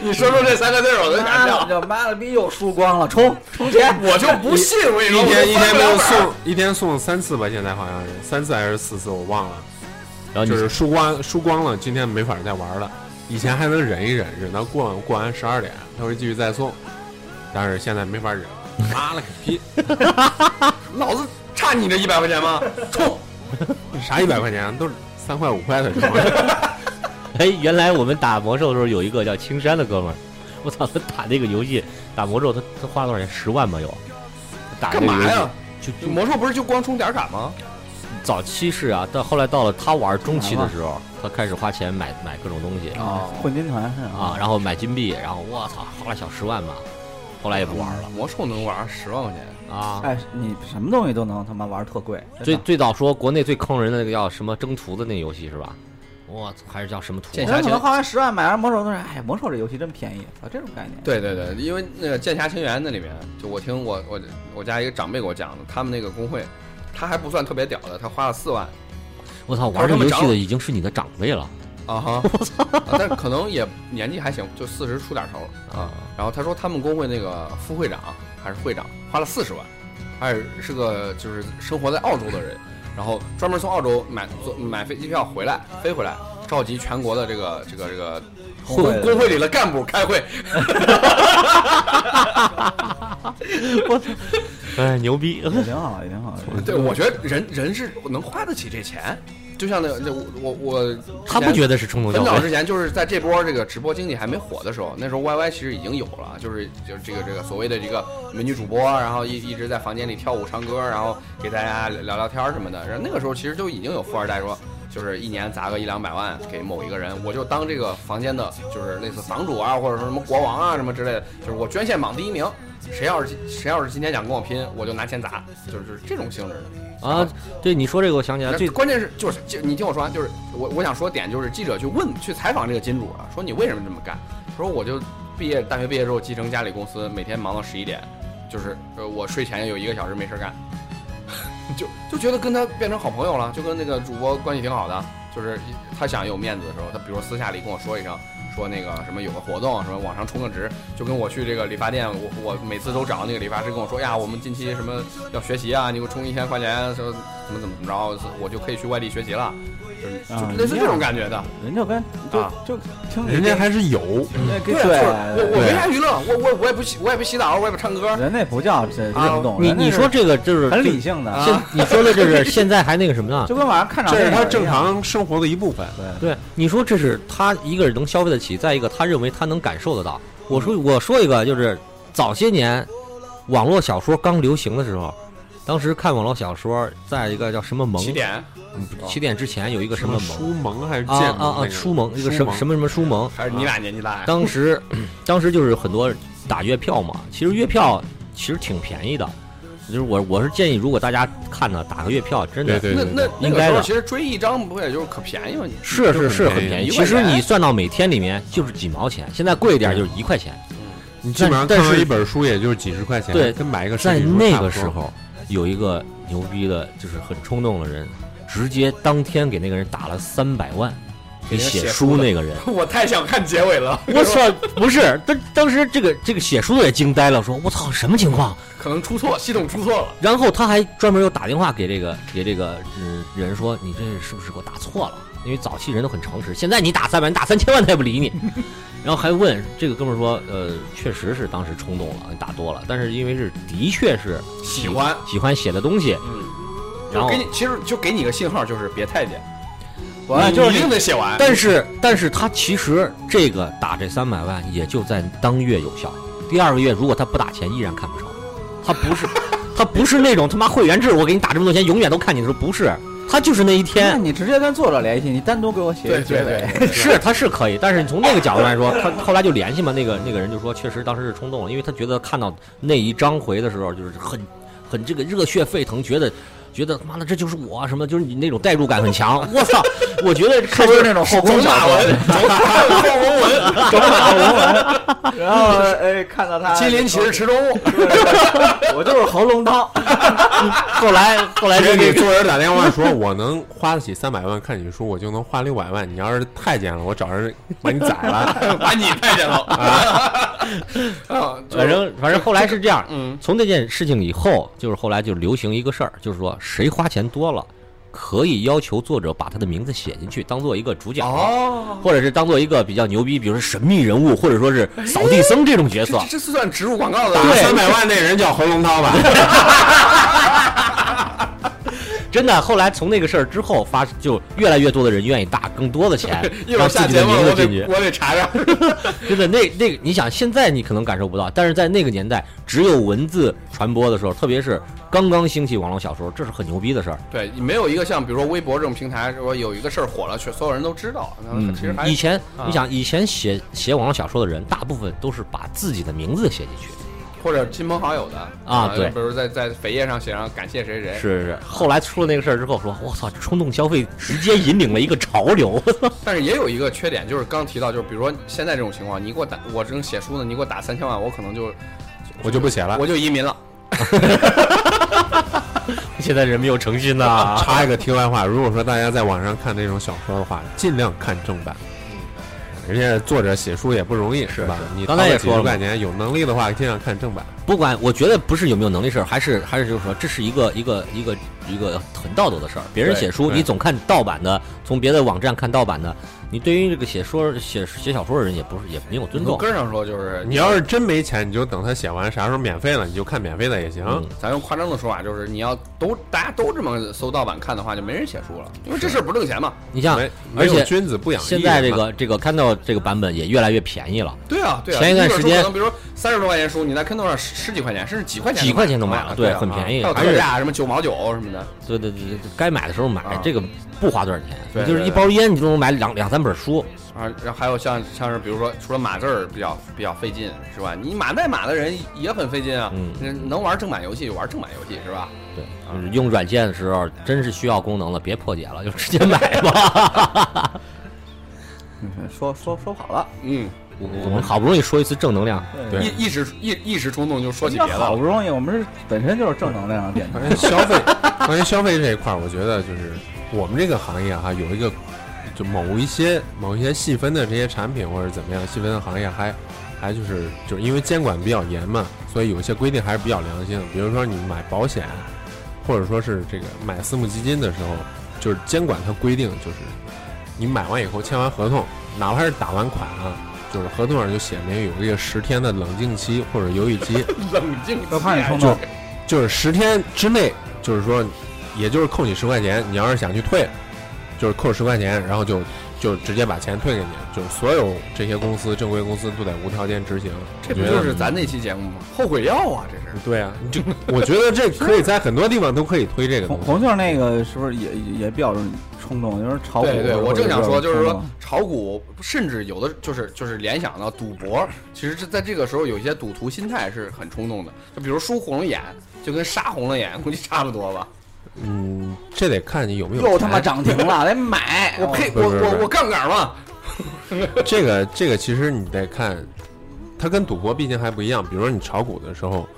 你说出这三个字儿，我都妈想了笑。这妈了逼又输光了，充充钱， 我就不信，我跟你说，一天我一天没翻不了有本儿送，一天送三次吧，现在好像是三次还是四次，我忘了。然后你就是输光输光了，今天没法再玩了。以前还能忍一忍，忍到过过完十二点，他会继续再送，但是现在没法忍了。 妈了个逼！老子差你这一百块钱吗？ 冲！啥一百块钱都是三块五块 的，是吗？哎，原来我们打魔兽的时候有一个叫青山的哥们儿，我操，他打那个游戏打魔兽，他他花了多少钱？十万吧有。打这干个游嘛戏呀？？就就魔兽不是就光充点卡吗？早期是啊，到后来到了他玩中期的时候，他开始花钱买买各种东西 啊，混金团是吧啊，然后买金币，然后我操，花了小十万吧，后来也不玩了。魔兽能玩十万块钱，啊。哎，你什么东西都能他妈玩儿特贵，最真的最早说国内最坑人的那个叫什么征途的那游戏是吧？我操，还是叫什么途剑啊？侠人可情能花完十万买完魔兽，都是哎，魔兽这游戏真便宜啊，这种概念。对对对，因为那个《剑侠情缘》那里面，就我听我我我家一个长辈给我讲的，他们那个工会，他还不算特别屌的，他花了四万我操，玩玩这这个么游戏着的已经是你的长辈了。啊哈，啊但是可能也年纪还行，就四十出点头啊。然后他说他们工会那个副会长还是会长花了四十万，还是是个就是生活在澳洲的人，然后专门从澳洲买坐买飞机票回来飞回来，召集全国的这个这个这个工会的工会里的干部开会，哎，牛逼！也挺好，也挺好。对，我觉得人人是能花得起这钱，就像那那我我我 他不觉得是冲动很消早费之前，就是在这波这个直播经济还没火的时候，那时候 YY 其实已经有了，就是就是这个这个所谓的这个美女主播，然后一一直在房间里跳舞唱歌，然后给大家聊聊天什么的。然后那个时候其实就已经有富二代说，就是一年砸个一两百万给某一个人，我就当这个房间的就是类似房主啊，或者说什么国王啊什么之类的，就是我捐献榜第一名，谁要是谁要是今天想跟我拼，我就拿钱砸，就是就是这种性质的。啊！对你说这个，我想起来那最关键是就是就你听我说完，就是我我想说点就是记者去问去采访这个金主啊，说你为什么这么干？他说我就毕业大学毕业之后继承家里公司，每天忙到十一点，就是呃我睡前有一个小时没事儿干， 就就觉得跟他变成好朋友了，就跟那个主播关系挺好的，就是他想有面子的时候，他比如说私下里跟我说一声。说那个什么有个活动，什么往上充个值，就跟我去这个理发店，我我每次都找那个理发师跟我说呀，我们近期什么要学习啊，你给我充一千块钱，说怎么怎么怎么着，我就可以去外地学习了，就是就啊类似这种感觉的。人就跟啊就就听人家还是 有，对啊就是我我没对啥娱乐，我我我也不洗我也不洗澡，我也不唱歌，人那不叫这运动，你人那你是说这个就是啊很理性的，啊现你说的这是现在还那个什么呢？就跟晚上看场这电是影他一正样。常生活的一部分。对，对，你说这是他一个人能消费得起，再一个他认为他能感受得到。我说我说一个，就是早些年网络小说刚流行的时候，当时看网络小说，在一个叫什么萌起点起点之前有一个什么萌书蒙还是啊建啊啊书萌一个什么什么么什么书萌，还是你俩年纪大呀？当时 当时就是很多打月票嘛，其实月票其实挺便宜的，就是我我是建议如果大家看呢打个月票，真的对那对对那对那应个该时的候其实追一张不也就是可便宜吗？你 是是是就很很便宜便宜，一其块实钱你算到每天里面就是几毛钱，现在贵一点就是一块钱。你基本上看但到是一本书也就是几十块钱，对跟买一个实 在体书那差不多个时候，有一个牛逼的，就是很冲动的人，直接当天给那个人打了三百万，给人家写写书书的那个人。我太想看结尾了，我操，不是，当当时这个这个写书的也惊呆了，说我操什么情况？可能出错，系统出错了。然后他还专门又打电话给这个给这个嗯人说，你这是不是给我打错了？因为早期人都很诚实，现在你打三百，你打三千万他也不理你。 然后还问这个哥们儿说，呃，确实是当时冲动了，啊打多了，但是因为是的确是喜欢喜欢写的东西，嗯，就然后给你其实就给你个信号，就是别太监，我你哎就是一定得写完。但是，但是他其实这个打这三百万也就在当月有效，第二个月如果他不打钱，依然看不成。他不 是，他不是那种他妈会员制，我给你打这么多钱，永远都看你的时候，不是，他就是那那一 天。你直接跟作者联系，你单独给我写对一结对尾。对，是，他是可以，但是你从那个角度来说，他后来就联系嘛，那个那个人就说，确实当时是冲动了，因为他觉得看到那一章回的时候，就是很很这个热血沸腾，觉得觉得妈的这就是我什么，就是你那种代入感很强。我操，我觉得看是不是那种后宫走小马说？文，走马文文，走马文，然后哎，看到他金陵骑士池中物，我就是喉咙刀，后来后来给这你个作者打电话说，我能花得起三百万看你书，我就能花六百万。你要是太监了，我找人把你宰了。 把你太监了。啊，就是反正反正后来是这样，嗯，从这件事情以后，就是后来就流行一个事儿，就是说谁花钱多了，可以要求作者把他的名字写进去，当做一个主角，哦，或者是当做一个比较牛逼，比如说神秘人物，或者说是扫地僧这种角这色这。这是算植入广告的，，对三百万那人叫侯龙涛吧？真的，后来从那个事儿之后发，就越来越多的人愿意打更多的钱 一会让儿自下己节的目名我字得进去。我得查查。真的，那那个，你想，现在你可能感受不到，但是在那个年代，只有文字传播的时候，特别是刚刚兴起网络小说，这是很牛逼的事儿。 对，没有一个像比如说微博这种平台，说有一个事儿火了，全所有人都知道。那嗯其实，还以前、啊你想，以前写写网络小说的人，大部分都是把自己的名字写进去，或者亲朋好友的啊对比如在在扉页上写上感谢谁谁谁，是是是，后来出了那个事儿之后，说我操，冲动消费直接引领了一个潮流。 但是也有一个缺点，就是刚提到，就是比如说现在这种情况，你给我打，我正写书呢，你给我打三千万，我可能就 我就不写了我。就移民了。现在人没有诚信呐、啊插一个题外话，如果说大家在网上看这种小说的话，尽量看正版。人家作者写书也不容易，是吧？你刚才也说了了，嘛块钱，有能力的话尽量看正版。不管我觉得不是有没有能力事儿，还是还是就是说，这是一个一个一个一个很道德的事儿。别人对写书，对你总看盗版的，从别的网站看盗版的，你对于这个写说写写小说的人也不是也没有尊从重。根儿上说，就是你要是真没钱，你就等他写完，啥时候免费了你就看免费的也行。嗯咱用夸张的说法，就是你要都大家都这么搜盗版看的话，就没人写书了，因为这事儿不挣钱嘛。你像没，嗯而没有且君子不养艺现在这人嘛个这个 Kindle 这个版本也越来越便宜了，对啊，对啊。前一段时间本书可能比如说三十多块钱书，你在 Kindle 上十十几块钱，甚至几块钱几块钱能买买了，了，对，啊很便宜还有。而特且价什么九毛九什么的，对对对，对该买的时候买啊，这个不花多少钱，对就是对一包烟你都能买两两三本书。啊，然后还有像像是比如说，除了码字儿比较比较费劲，是吧？你码代码的人也很费劲啊。嗯人能玩正版游戏就玩正版游戏，是吧？对，就是用软件的时候，真是需要功能了，别破解了，就直接买吧。嗯说说说跑了，嗯，我我们好不容易说一次正能量，对一一时一一时冲动就说起那别的好了。不容易，我们是本身就是正能量的 电台。关于消费，关于消费这一块儿，我觉得就是我们这个行业哈，有一个就某一些某一些细分的这些产品或者怎么样细分的行业还，还就是就是因为监管比较严嘛，所以有一些规定还是比较良心的。比如说你买保险，或者说是这个买私募基金的时候，就是监管它规定就是你买完以后签完合同，哪怕是打完款啊。就是合同上就写明有一个十天的冷静期或者犹豫期，冷静期啊，都怕你冲就动就是十天之内，就是说，也就是扣你十块钱。你要是想去退，就是扣十块钱，然后就就直接把钱退给你。就是所有这些公司，正规公司都得无条件执行。这我不觉就得是咱那期节目吗？后悔药啊，这是。对啊，你就我觉得这可以在很多地方都可以推这个红东西。红杏那个是不是也也也比较冲动？就是炒股或者对说。对，我正想说，就是冲说动炒股，甚至有的就是就是联想到赌博，其实这在这个时候有一些赌徒心态是很冲动的，就比如输红了眼，就跟杀红了眼估计差不多吧。嗯，这得看你有没有又钱。他妈涨停了，得买！ 我哦呸，不我是不是我我杠杆嘛，这个这个其实你得看，它跟赌博毕竟还不一样。比如说你炒股的时候，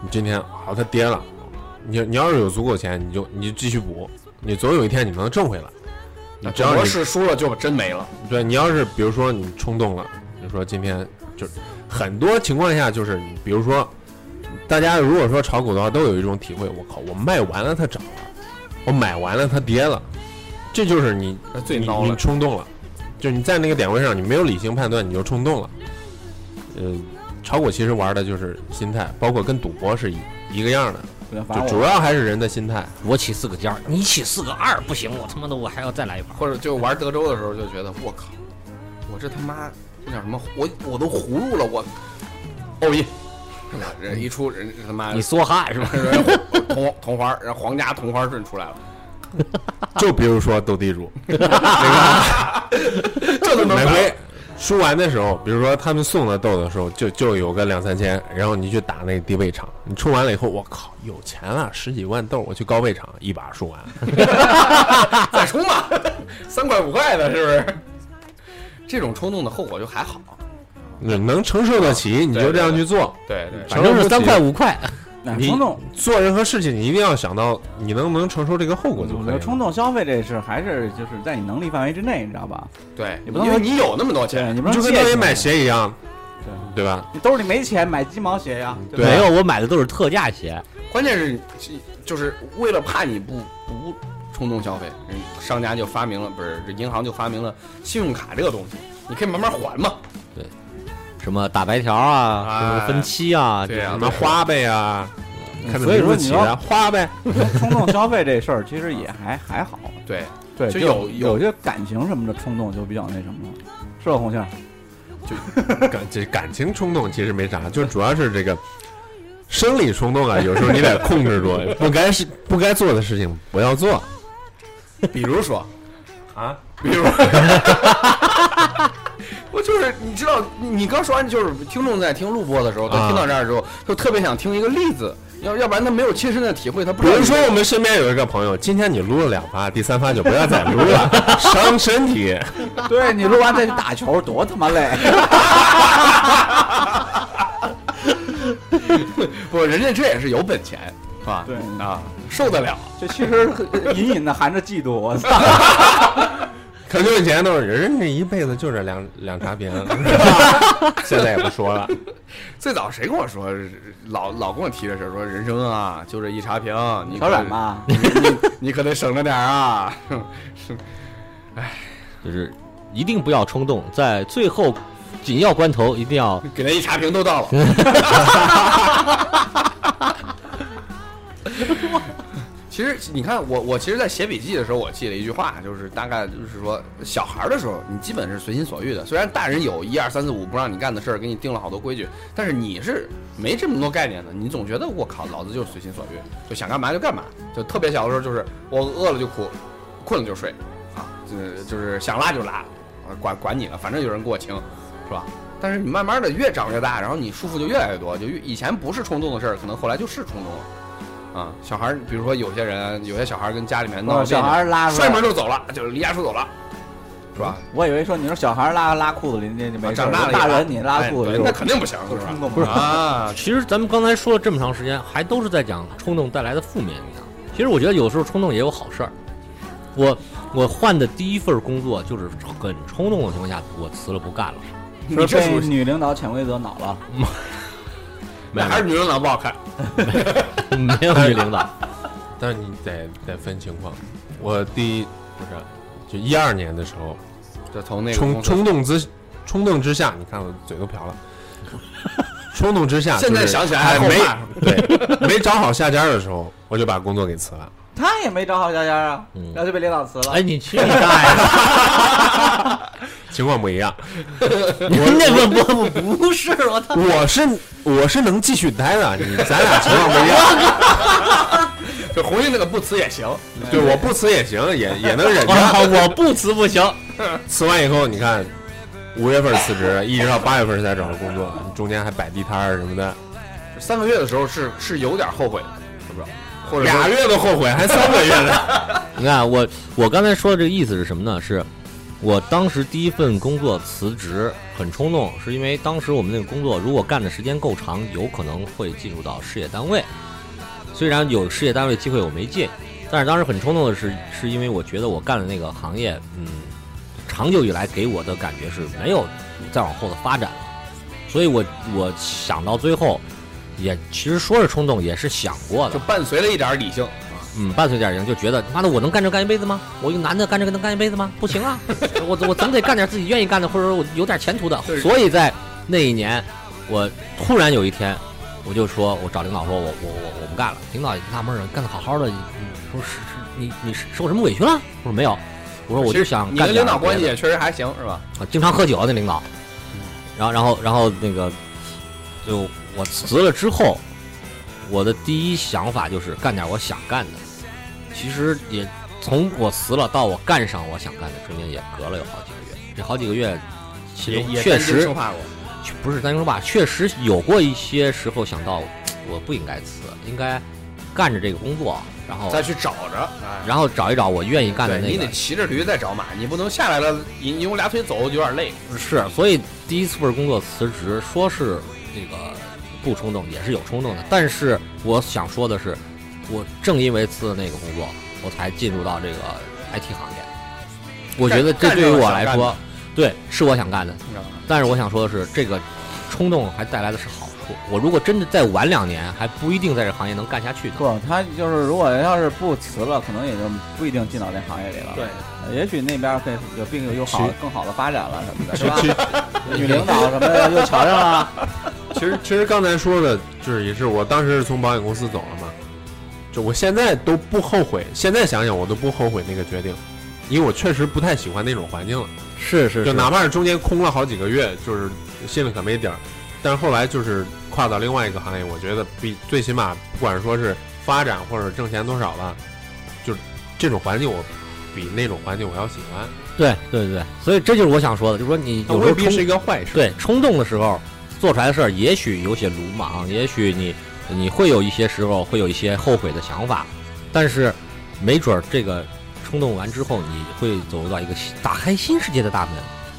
你今天好它跌了，你你要是有足够钱，你就你就继续补，你总有一天你能挣回来。你只要赌博你是输了就真没了。对你要是比如说你冲动了，你说今天就是很多情况下就是你比如说，大家如果说炒股的话，都有一种体会，我靠，我卖完了它涨了，我买完了它跌了，这就是你那最你孬了你冲动了，就你在那个点位上，你没有理性判断，你就冲动了。呃，炒股其实玩的就是心态，包括跟赌博是一一个样的，反就哦正主我要还是人的心态。我起四个尖儿，你起四个二不行，我他妈的我还要再来一盘。或者就玩德州的时候就觉得我靠，我这他妈这叫什么？我我都葫芦了，我哦一，人一出人他妈你梭哈是吧？同同花，然后皇家同花顺出来了，就比如说斗地主， 这都能每打回输完的时候，比如说他们送的豆的时候，就就有个两三千，然后你去打那个低位场，你冲完了以后，我靠，有钱了，十几万豆，我去高位场一把 输完，再充吧，三块五块的，是不是？这种冲动的后果就还好，你能承受得起，你就这样去做。对对反正是三块五块，那你啊冲动，做任何事情，你一定要想到你能不能承受这个后果就我觉可以得了。嗯冲动消费这事儿还是就是在你能力范围之内，你知道吧？对，也不能因为说你有那么多对，钱，你不能你就跟借当年钱买，鞋一样，对对吧？你兜里没钱买鸡毛鞋呀，嗯对对吧没有，我买的都是特价鞋。关键是就是为了怕你不不冲动消费，人商家就发明了，不是这银行就发明了信用卡这个东西，你可以慢慢还嘛。什么打白条啊，哎什么分期啊，对呀什么花呗啊，看着所以名说字你起要的花呗，冲动消费这事儿其实也还还好， 对，对，就有有有些感情什么的冲动就比较那什么了，是吧，红杏？感这感情冲动其实没啥，就主要是这个生理 冲动啊，有时候你得控制住，不该是不该做的事情不要做。比如说 啊， 比如，我就就是你知道，你刚说完就是听众在听录播的时候，他啊听到这儿之后，就特别想听一个例子，要要不然他没有切身的体会，他不比知道如说，我们身边有一个朋友，今天你录了两发，第三发就不要再 录了，伤身体。对你录完再去打球，多他妈累！ 不，人家这也是有本钱，是吧？对啊，受得了。这其实隐隐的含着嫉妒，我 操！可能以前都是人这一辈子就这两两 茬别人， 现在也不说了。最早谁跟我说，老老跟我提这事儿，说人生啊就这一茶瓶，你小可冉吧，你你你可得省着点儿啊。就是一定不要冲动，在最后紧要关头一定要给人一茶瓶都到了。 其实你看我，我其实，在写笔记的时候，我记了一句话，就是大概就是说，小孩儿的时候，你基本是随心所欲的。虽然大人有一二三四五不让你干的事儿，给你定了好多规矩，但是你是没这么多概念的。你总觉得我靠，老子就是随心所欲，就想干嘛就干嘛。就特别小的时候，就是我饿了就哭，困了就睡，啊，就是就是想拉就拉，啊管管你了，反正有人给我请，是吧？但是你慢慢的越长越大，然后你束缚就越来越多，就越以前不是冲动的事儿，可能后来就是冲动了。啊，小孩儿，比如说有些人，有些小孩儿跟家里面闹小孩别儿拉扭出摔门来，就走了，就是离家出走了，啊是吧？我以为说你说小孩儿拉拉裤子里那就没事儿，哦长大了也大人你拉哎裤子对就那肯定不行，就是吧冲动了。 啊，其实咱们刚才说了这么长时间，还都是在讲冲动带来的负面影响。其实我觉得有时候冲动也有好事儿。我我换的第一份工作就是很冲动的情况下，我辞了不干了。 你说这被属于女领导潜规则恼了，嗯没有还是女领导不好看，没有女领导，但是你得得分情况。我第一不是，就一二年的时候，就从那个冲公司冲动之冲动之下，你看我嘴都 瓢了。冲动之啊下，现在就是想起来还后没怕对没找好下家的时候，我就把工作给辞了。他也没找好家家啊，嗯然后就被领导辞了。哎，你去你大爷！情况不 一样，那个 不不不是我操！我是我是能继续待的，你咱俩情况不一样， 就红英那个不辞也行，对，我不辞也行，也也能忍着。 我不辞不行。辞完以后，你看五月份辞职，一直到八月份才找到工作，中间还摆地摊儿什么的，三个月的时候是是有点后悔的，是不是？或者俩说月都后悔，还三个月 呢。你看啊我我刚才说的这个意思是什么呢？是我当时第一份工作辞职很冲动，是因为当时我们那个工作如果干的时间够长，有可能会进入到事业单位。虽然有事业单位机会我没进，但是当时很冲动的是，是因为我觉得我干的那个行业，嗯，长久以来给我的感觉是没有再往后的发展了，所以我我想到最后，也其实说是冲动，也是想过的就，伴随了一点儿理性，嗯，伴随点赢，就觉得妈的，我能干这干一辈子吗？我一个男的干这个能干一辈子吗？不 行啊，我我总得干点自己愿意干的，或者说我有点前途的对。所以在那一年，我突然有一天，我就说，我找领导说我我我我不干了。领导也纳闷了，干的好好的，你你说是是你你是受什么委屈了？我说没有，我说我其就实想你干跟领点导别关的系也确实还行，是吧？啊，经常喝酒啊那领导，嗯然后然后然后那个，就我辞了之后，我的第一想法就是干点我想干的。其实也从我辞了到我干上我想干的，中间也隔了有好几个月。这好几个月，其也中也确担惊实受怕过，确不是担惊受怕，确实有过一些时候想到，我不应该辞，应该干着这个工作，然后再去找着，哎。然后找一找我愿哦意干的对那个。你得骑着驴再找马，你不能下来了，你你用俩腿走就有点累。是，所以第一次份工作辞职，说是这个不冲动，也是有冲动的。但是我想说的是，我正因为辞了那个工作，我才进入到这个 IT 行业。我觉得这对于我来说，对，是我想干的。你知道吗？但是我想说的是，这个冲动还带来的是好处。我如果真的再晚两年，还不一定在这行业能干下去的。不，他就是如果要是不辞了，可能也就不一定进到这行业里了。对，也许那边儿会有并有有好更好的发展了什么的，是吧？其女 领导什么的又瞧上了，其实其实刚才说的，就是也是我当时是从保险公司走了嘛，就我现在都不后悔，现在想想我都不后悔那个决定，因为我确实不太喜欢那种环境了。是是就哪怕是中间空了好几个月，就是心里可没底儿。但是后来就是跨到另外一个行业，我觉得比最起码不管说是发展或者挣钱多少吧，就是这种环境我比那种环境我要喜欢。对对对，所以这就是我想说的，就是说你它有时未候必冲是一个坏事。对冲动的时候做出来的事儿，也许有些鲁莽，也许你你会有一些时候会有一些后悔的想法，但是没准儿这个冲动完之后，你会走入到一个新打开新世界的大 门。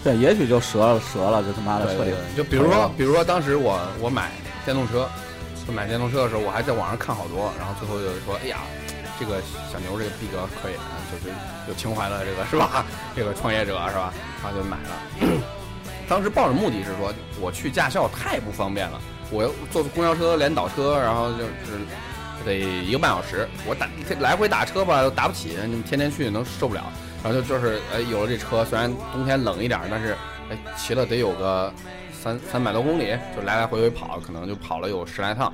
对，也许就折了折了，就他妈的对彻底对。就比如说，比如说当时我我买电动车，我买电动车的时候，我还在网上看好多，然后最后就说，哎呀，这个小牛这个逼格可以，啊就是有情怀了，这个是 吧？这个创业者是吧？然后就买了。当时抱着目的是说，我去驾校太不方便了，我坐公交车连倒车，然后就是得一个半小时，我打来回打车吧又打不起，你们天天去能受不了。然后就就是哎，有了这车，虽然冬天冷一点，但是哎骑了得有个三三百多公里，就来来回回跑，可能就跑了有十来趟，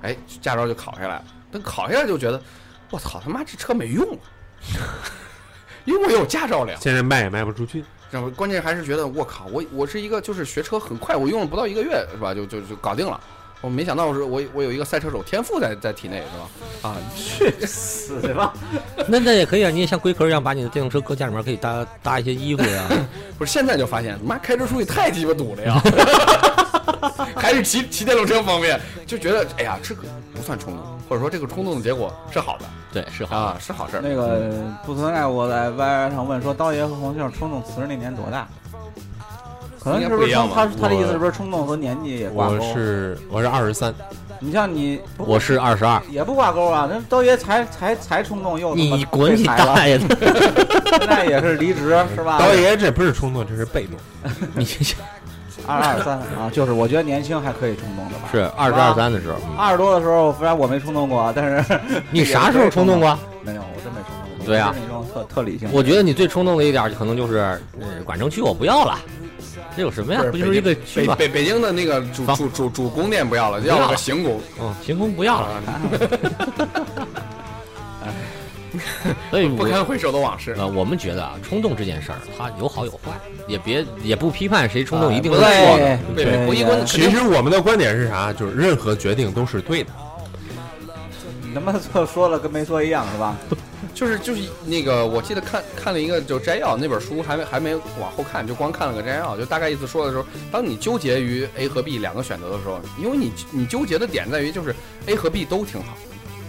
哎，驾照就考下来了。但考下来就觉得，我操他妈这车没用，啊 因为我有驾照了。现在卖也卖不出去，然后关键还是觉得我靠，我我是一个就是学车很快，我用了不到一个月是吧，就就就搞定了。我没想到是我我有一个赛车手天赋在在体内是吧？啊，去死吧！那那也可以啊，你也像龟壳一样，把你的电动车搁家里面可以搭搭一些衣服呀、 不是现在就发现，妈开车出去太鸡巴堵了呀，还是骑骑电动车方便，就觉得哎呀这个不算冲动，或者说这个冲动的结果是好的对，是好的。啊，是好事儿。那个不存在，我在 YY 上问说，刀爷和红杏冲动词那年多大？可能是应该不不一是样冲吧他他的意思我是不是冲动和年纪也挂我钩？是我是二十三，你像你不我是二十二，也不挂钩啊？那刀爷才才才冲动又他妈你滚你被裁了大爷的！现在也是离职是吧？ 刀爷这不是冲动，这是被动。 你这是二二三啊，就是我觉得年轻还可以冲动的吧。二十二三的时候，二十多的时候，虽然我没冲动过，啊但 是你啥时候冲动过？没有，我真没冲动过。对啊我是那种特特理性的人。我觉得你最冲动的一点儿，可能就是，呃，管城区我不要了，这有哎什么呀？不就是一个区北吗？北北京的那个主房主主主宫殿不要了，要要了个了行宫。嗯，行宫不要了， 啊，所以不哎我堪回首的往事。呃，我们觉得啊，冲动这件事儿，它有好有坏，也别也不批判谁冲动一哎定不是对错的。对啊对不一棍子其实我们的观点是啥？就是任何决定都是对的。你他妈说说了跟没说一样是吧？就是就是那个，我记得看看了一个就摘要那本书，还没还没往后看，就光看了个摘要，就大概意思说的时候，当你纠结于 A 和 B 两个选择的时候，因为你你纠结的点在于就是 A 和 B 都挺好，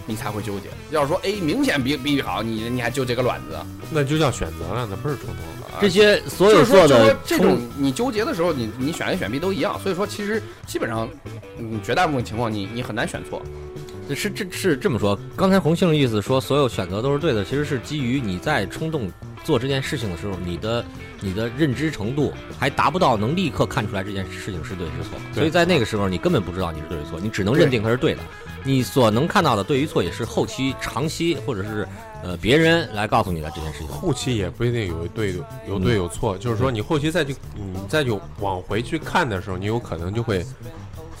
你才会纠结。要是说 A 明显比 B 好，你你还纠结个卵子？那就叫选择了，那不是冲动了。这些所就有是说做就是的说这种冲，你纠结的时候，你你选 A 选 B 都一样，所以说其实基本上，嗯，绝大部分情况你你很难选错。是这是这么说。刚才红杏的意思说，所有选择都是对的，其实是基于你在冲动做这件事情的时候，你的你的认知程度还达不到能立刻看出来这件事情是对是错，所以在那个时候你根本不知道你是对是错，你只能认定它是对的。你所能看到的对与错，也是后期长期或者是呃别人来告诉你的这件事情。后期也不一定有对有对有错，就是说你后期再去你再去往回去看的时候，你有可能就会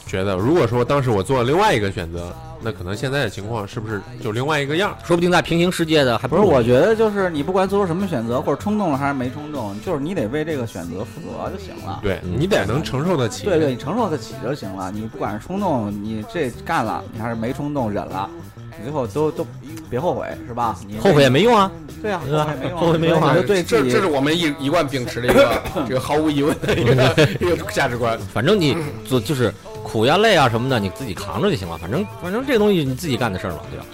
觉得，如果说当时我做了另外一个选择，那可能现在的情况是不是就另外一个样儿？说不定在平行世界的还不如是，我你觉得就是你不管做出什么选择，或者冲动了还是没冲动，就是你得为这个选择负责就行了。对嗯你得能承受得起。对对，你承受得起就行了。你不管是冲动，你这干了，你还是没冲动忍了，你最后都都别后悔是吧？你后悔也没用啊。对啊，对吧后悔没用啊，后悔没用啊所以你就对这自己这是我们一一贯秉持的一 个这个毫无疑问的一个一个价值观。反正你做就是苦呀、累啊什么的，你自己扛着就行了。反正反正这个东西你自己干的事儿嘛，对吧？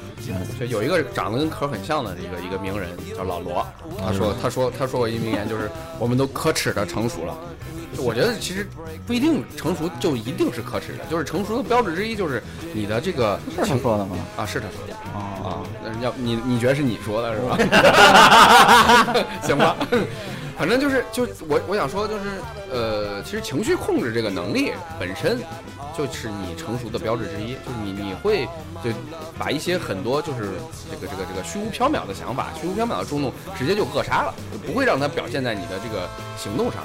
就有一个长得跟壳很像的一个一个名人叫老罗，他说他嗯说他说过一名言，就是我们都可耻的成熟了。就我觉得其实不一定成熟就一定是可耻的，就是成熟的标志之一就是你的这个是他情说的吗？啊是他说的哦，啊，那要你你觉得是你说的是 吧？行吧，反正就是就我我想说的就是呃，其实情绪控制这个能力本身就是你成熟的标志之一，就是你你会就把一些很多就是这个这个这个虚无缥缈的想法、虚无缥缈的冲动，直接就扼杀了，就不会让它表现在你的这个行动上。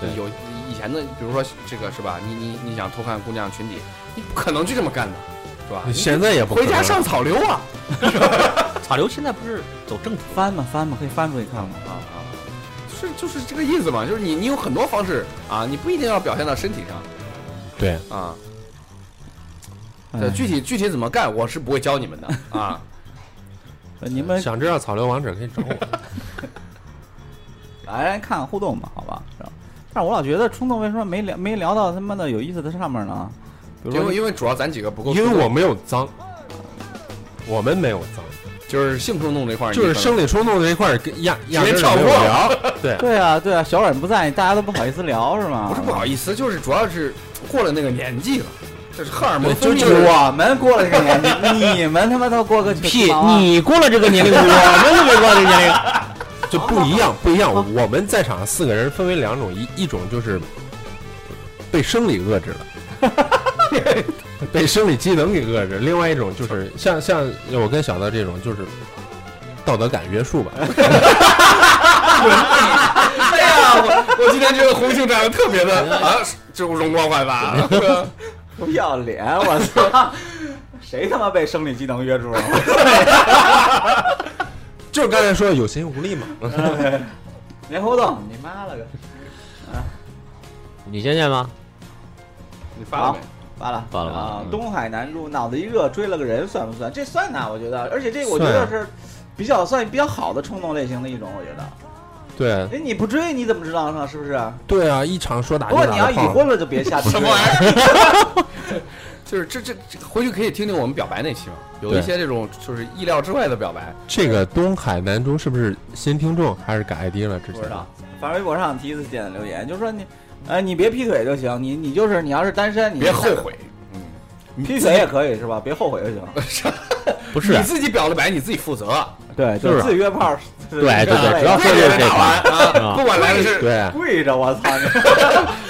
对有以前的，比如说这个是吧？你你你想偷看姑娘裙底，你不可能去这么干的，是 吧？你现在也不可回能家上草溜啊！草榴现在不是走正途，翻吧翻吧，可以翻出去看看。啊啊，是就是这个意思嘛，就是你你有很多方式啊，你不一定要表现到身体上对，啊。哎对，具体具体怎么干，我是不会教你们的 啊。呃你们想知道草榴王者可以找我。来看互动吧，好吧？是吧？但是我老觉得冲动为什么没聊没聊到他妈的有意思的上面呢？比如因说为因为主要咱几个不够因冲动，为我没有脏，我们没有脏，就是性冲动这块儿，就是你可能生理冲动这一块儿跟压压根直接儿就跳没过有聊，对，对啊对啊，小阮不在，大家都不好意思聊是吗？不是不好意思，就是主要是过了那个年纪了，就是荷尔蒙就分是泌的我们过了这个年纪，你们他妈都过个去屁忙啊！！你过了这个年龄，我们都没过这个年龄。就不一样，不一样。我们在场四个人分为两种，一一种就是被生理遏制了，被生理机能给遏制；另外一种就是像像我跟小的这种，就是道德感约束吧。哎呀，我我今天觉得红杏长得特别的啊，就容光焕发。 不要脸！我操，谁他妈被生理机能约住了？就是刚才说的有心无力嘛。没互动，你妈了个！ 你先念吗？你发了没？完了完了完了啊嗯！东海南路脑子一热追了个人，算不算？这算呐，我觉得，而且这个我觉算得是比较算比较好的冲动类型的一种，我觉得。 对哎，你不追你怎么知道呢？是不是？对啊，一场说打不就过打你要的已炮婚了就别瞎追。什么玩意儿？就是这这这，回去可以听听我们表白那期嘛，有一对嗯些这种就是意料之外的表白。这个东海南中是不是新听众还是改 ID 了？之不前知道，反正微博上第一次见的留言，就说你，呃，你别劈腿就行，你你就是你要是单身，你别后，悔，劈腿也可以是吧？别后悔就行。不是啊你，自己表了白，你自己负责。对，是就不是自己约炮，对对对对主要说跪的就是着这打完是啊，吧不管来的是对，跪着，我操你！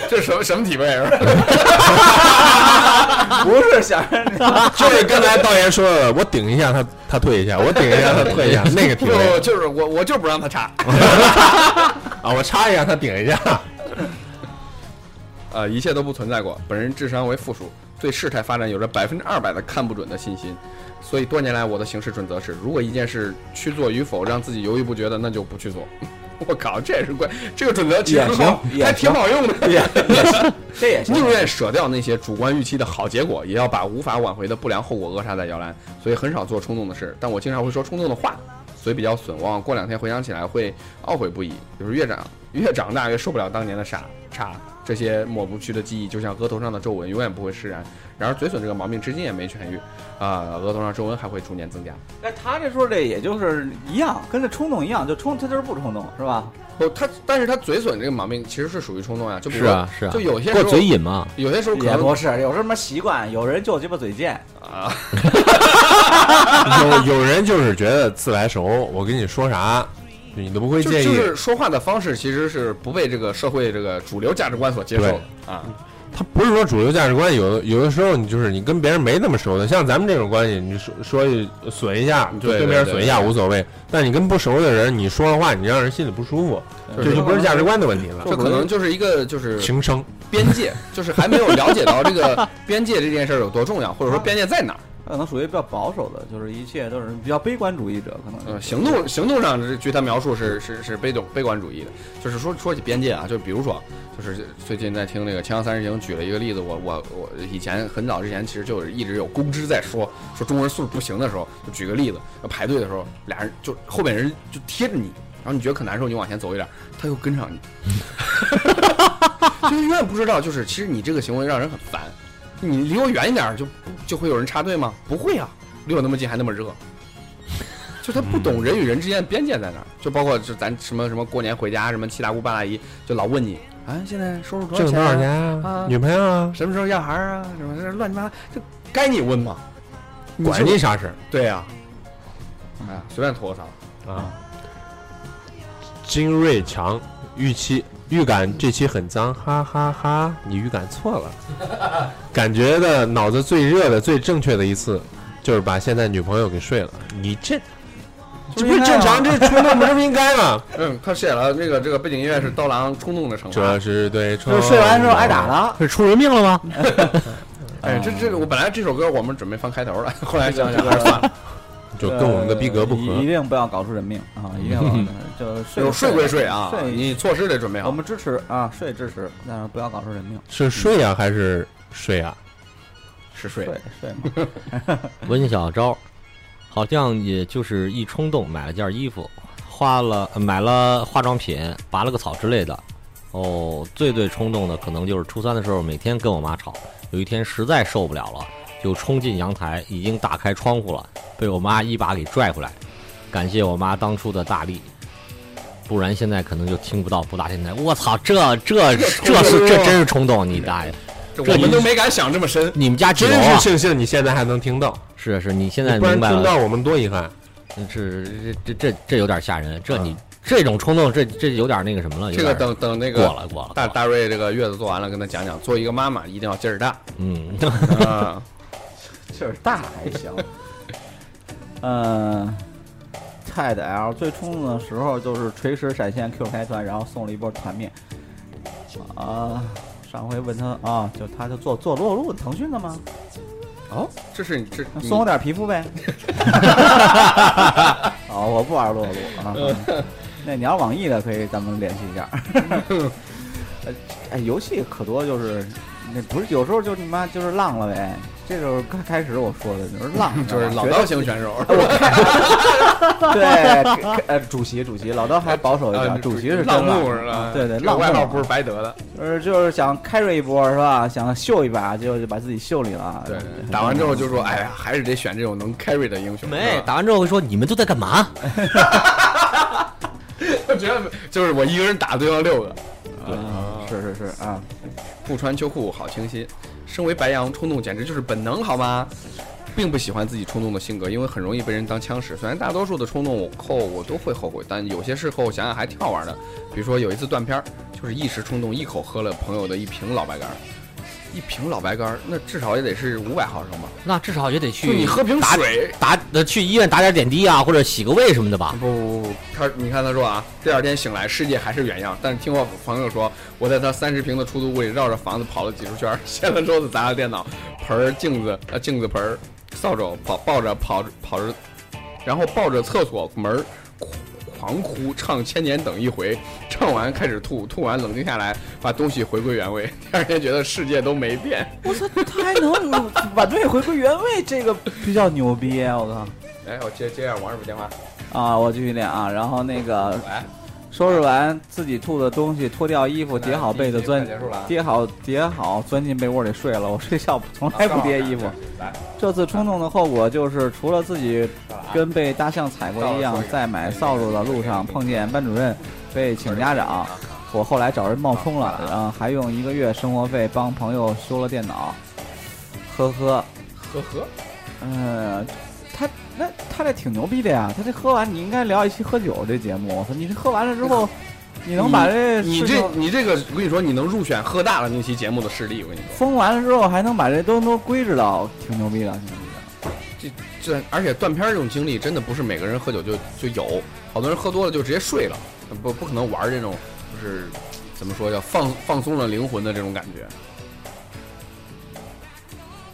这什么什么体位是吧？不是想让你， 就是刚才导演说的，我顶一下他，他退一 下，我顶一下他退一下，那个体不位 不，就是我我就不让他插。啊，我插一下他顶一下。呃，一切都不存在过。本人智商为负数，对事态发展有着百分之二百的看不准的信心，所以多年来我的行事准则是：如果一件事去做与否让自己犹豫不决的，那就不去做。我靠，这也是怪这个准则其实也很好行也还挺好用的。这也行。宁愿舍掉那些主观预期的好结果，也要把无法挽回的不良后果扼杀在摇篮。所以很少做冲动的事，但我经常会说冲动的话，所以比较损。往往过两天回想起来会懊悔不已。就是越长越长大，越受不了当年的傻差。这些抹不去的记忆，就像额头上的皱纹，永远不会释然。然而嘴损这个毛病至今也没痊愈，啊、额头上皱纹还会逐年增加。那哎他这说这也就是一样，跟这冲动一样，就冲他就是不冲动，是吧？不，他但是他嘴损这个毛病其实是属于冲动呀、就比如是说啊是啊，就有些时过候嘴瘾嘛。有些时候可也能不是，有什么习惯，有人就鸡巴嘴贱，啊， 有有人就是觉得自来熟，我跟你说啥，你都不会就介意。就是说话的方式其实是不被这个社会这个主流价值观所接受的啊。他不是说主流价值观，有的有的时候你就是你跟别人没那么熟的，像咱们这种关系，你说说一损一下，就对对对面损一下对对无所谓。但你跟不熟的人，你说的话，你让人心里不舒服，就这是就不是价值观的问题了，这可能就是一个就是情商。边界，就是还没有了解到这个边界这件事儿有多重要，或者说边界在哪儿。可能属于比较保守的，就是一切都是比较悲观主义者，可能、呃，行动行动上，据他描述是是是悲观悲观主义的。就是说说起边界啊，就比如说，就是最近在听那个《锵锵三人行》举了一个例子，我我我以前很早之前其实就有一直有公知在说说中国人素质不行的时候，就举个例子，要排队的时候，俩人就后面人就贴着你，然后你觉得很难受，你往前走一点，他又跟上你， 就永远不知道，就是其实你这个行为让人很烦。你离我远一点儿就不就会有人插队吗？不会啊，离我那么近还那么热。就他不嗯懂人与人之间的边界在哪儿，就包括就咱什么什么过年回家什么七大姑八大姨就老问你啊，现在收入多挣少钱多啊、少钱啊啊？女朋友啊？什么时候要孩儿啊？什么这乱七八糟，这该你问吗？管就你啥事对呀、啊，啊，随便吐个槽。儿啊？精锐强，预期预感这期很脏，哈哈哈你预感错了。感觉的脑子最热的、最正确的一次，就是把现在女朋友给睡了。你这这不是正常？这冲动不是应该吗？嗯，他写了这个这个背景音乐是刀郎冲动的惩这罚。是对冲就动，是睡完之后挨打了。是出人命了吗？哎，这这个我本来这首歌我们准备放开头 的，后来想想嗯这还个是算 了。就跟我们的逼格不呃一一合。定不要搞出人命啊！一定 要就有睡睡归睡啊，睡你措施得准备我好。们支持啊，睡支持，但是不要搞出人命。是睡啊还是睡啊？是睡睡睡嘛，温小招，好像也就是一冲动买了件衣服，花了呃买了化妆品，拔了个草之类的。哦，最最冲动的可能就是初三的时候，每天跟我妈吵。有一天实在受不了了，就冲进阳台，已经打开窗户了，被我妈一把给拽回来。感谢我妈当初的大力，不然现在可能就听不到不打电台。我操，这这这是这真是冲动！你大爷，这这我们你都没敢想这么深。你们家几真楼是啊？庆幸你现在还能听到，是啊是，你现在不然明白听了到，我们多遗憾。是这这这这有点吓人。这你这种冲动，这这有点那个什么了？啊这有个点等等那过个了过了，大过了大瑞这个月子做完了，跟他讲讲，做一个妈妈一定要劲儿 大。 嗯，啊，劲儿大还行。嗯，菜的 L 最冲动的时候就是锤石闪现 Q 开团，然后送了一波团灭。啊，上回问他啊，就他就做做裸露腾讯的吗？哦，这是你这那你送我点皮肤 呗。哦，我不玩裸露啊。嗯 那你要网易的可以，咱们联系 一下。呃哎，游戏可多就是，那不是有时候就你妈就是浪了呗。这就是刚开始我说的，就是浪， 就是老觉得道型 选手， 对，呃，主席，主席，老刀还保守一啊点，主席是真浪木是是吧？对对，这个浪外号木不是白得的。呃，就是想 carry 一波是吧？想秀一把，结果就把自己秀里了。啊对很，打完之后正就说，哎呀，还是得选这种能 carry 的英雄。没是吧打完之后会说你们都在干嘛？ 我觉得就是我一个人打对方六个。常嗯是是是啊，不穿秋裤好清新。身为白羊，冲动简直就是本能，好吗？并不喜欢自己冲动的性格，因为很容易被人当枪使。虽然大多数的冲动后我都会后悔，但有些事后想想还挺好玩的。比如说有一次断片儿，就是一时冲动，一口喝了朋友的一瓶老白干儿，一瓶老白干儿，那至少也得是五百毫升吧？那至少也得去就你喝瓶水，嗯打呃去医院打点点滴啊，或者洗个胃什么的吧不。不不，他你看他说啊，第二天醒来世界还是原样，但是听我朋友说，我在他三十平的出租屋里绕着房子跑了几十圈儿，掀了桌子，砸了电脑，盆儿、镜子、呃镜子盆儿、扫帚，跑抱着跑着跑着，然后抱着厕所门儿哭狂哭，唱《千年等一回》，唱完开始吐，吐完冷静下来，把东西回归原位， 第二天觉得世界都没变。我操，他还能把队回归原位，这个比较牛逼，我哎，我接接下王师傅电话，靠啊！我继续练啊，然后那个喂，收拾完自己吐的东西，脱掉衣服，叠好被子，钻结束了啊，叠好叠好，钻进被窝里睡了。我睡觉从哎来不叠衣服。来，这次冲动的后果就是，除了自己到了啊跟被大象踩过一样，在买扫帚的路上碰见班主任，被请家长。啊我后来找人冒充了，然后还用一个月生活费帮朋友修了电脑，呵呵，呵呵。嗯，他那他这挺牛逼的呀，他这喝完你应该聊一期喝酒这节目，我操，你这喝完了之后，你能把这嗯你事这情你这个，我跟你说，你能入选喝大了那期节目的事例，我跟你说，封完了之后还能把这都都归置到，挺牛逼的，挺牛逼的。这而且断片儿这种经历真的不是每个人喝酒就就有，好多人喝多了就直接睡了，不不可能玩这种就是怎么说叫放放松了灵魂的这种感觉。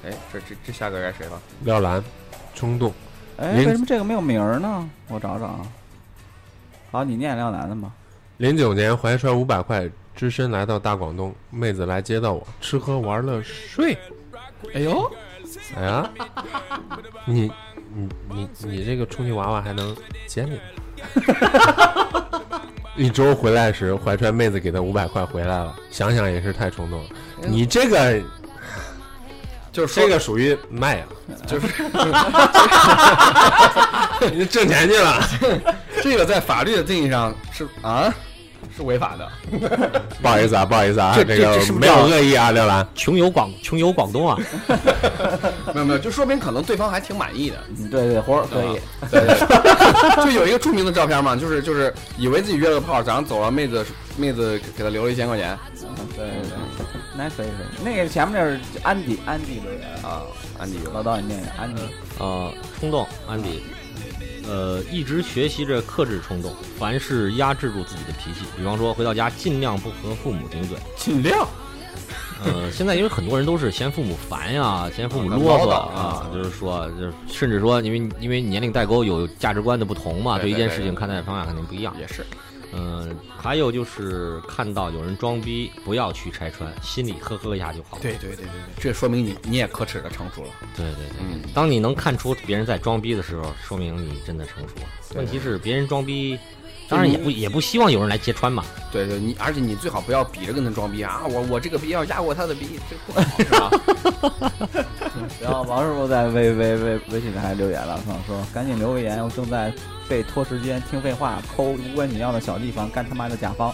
哎，这这这下个该谁了？廖兰，冲动，哎，您为什么这个没有名儿呢？我找找啊。好，你念廖楠的吧。零九年怀揣五百块，只身来到大广东，妹子来接到我，吃喝玩乐睡。哎呦，哎呀，你你你你这个充气娃娃还能接你？ 一周回来时，怀揣妹子给的五百块回来了，想想也是太冲动了。哎你这个就是说这个属于卖 啊，就是 你挣钱去了。 这个在法律的定义上是啊是违法 的。不好意思啊，不好意思啊，这这这个这是不没是有恶意啊，廖兰。穷游广穷游广 东啊，没有没有，就说明可能对方还挺满意的。嗯，对对，活儿可以。对 对，对就有一个著名的照片嘛，就是就是以为自己约了个炮，早上走了，妹子妹子给他留了一千块钱嗯对对对，那谁谁，那个前面那是安迪，安迪留言。啊，安迪老道，你念念安迪。呃，冲动，安迪，呃，一直学习着克制冲动，凡事压制住自己的脾气。比方说回到家，尽量不和父母顶嘴。尽量 呃，现在因为很多人都是嫌父母烦呀、嫌父母啊啰唠嗦叨啊啊，就是说，就是甚至说，因为因为年龄代沟有价值观的不同嘛，对对一件对事对情看待的方法肯定不一样。也是，嗯，还有就是看到有人装逼，不要去拆穿，心里呵呵一下就好。对对对对对，这说明你你也可耻的成熟了，对对对，嗯，当你能看出别人在装逼的时候，说明你真的成熟了。问题是别人装逼，当然也不也不希望有人来揭穿嘛。对对，你而且你最好不要比着跟他装逼啊！我我这个逼要压过他的逼，这不好是吧？ 然后王师傅在微微微微信还留言了，说说赶紧留个言，我正在被拖时间听废话，抠无关紧要的小地方，干他妈的甲方。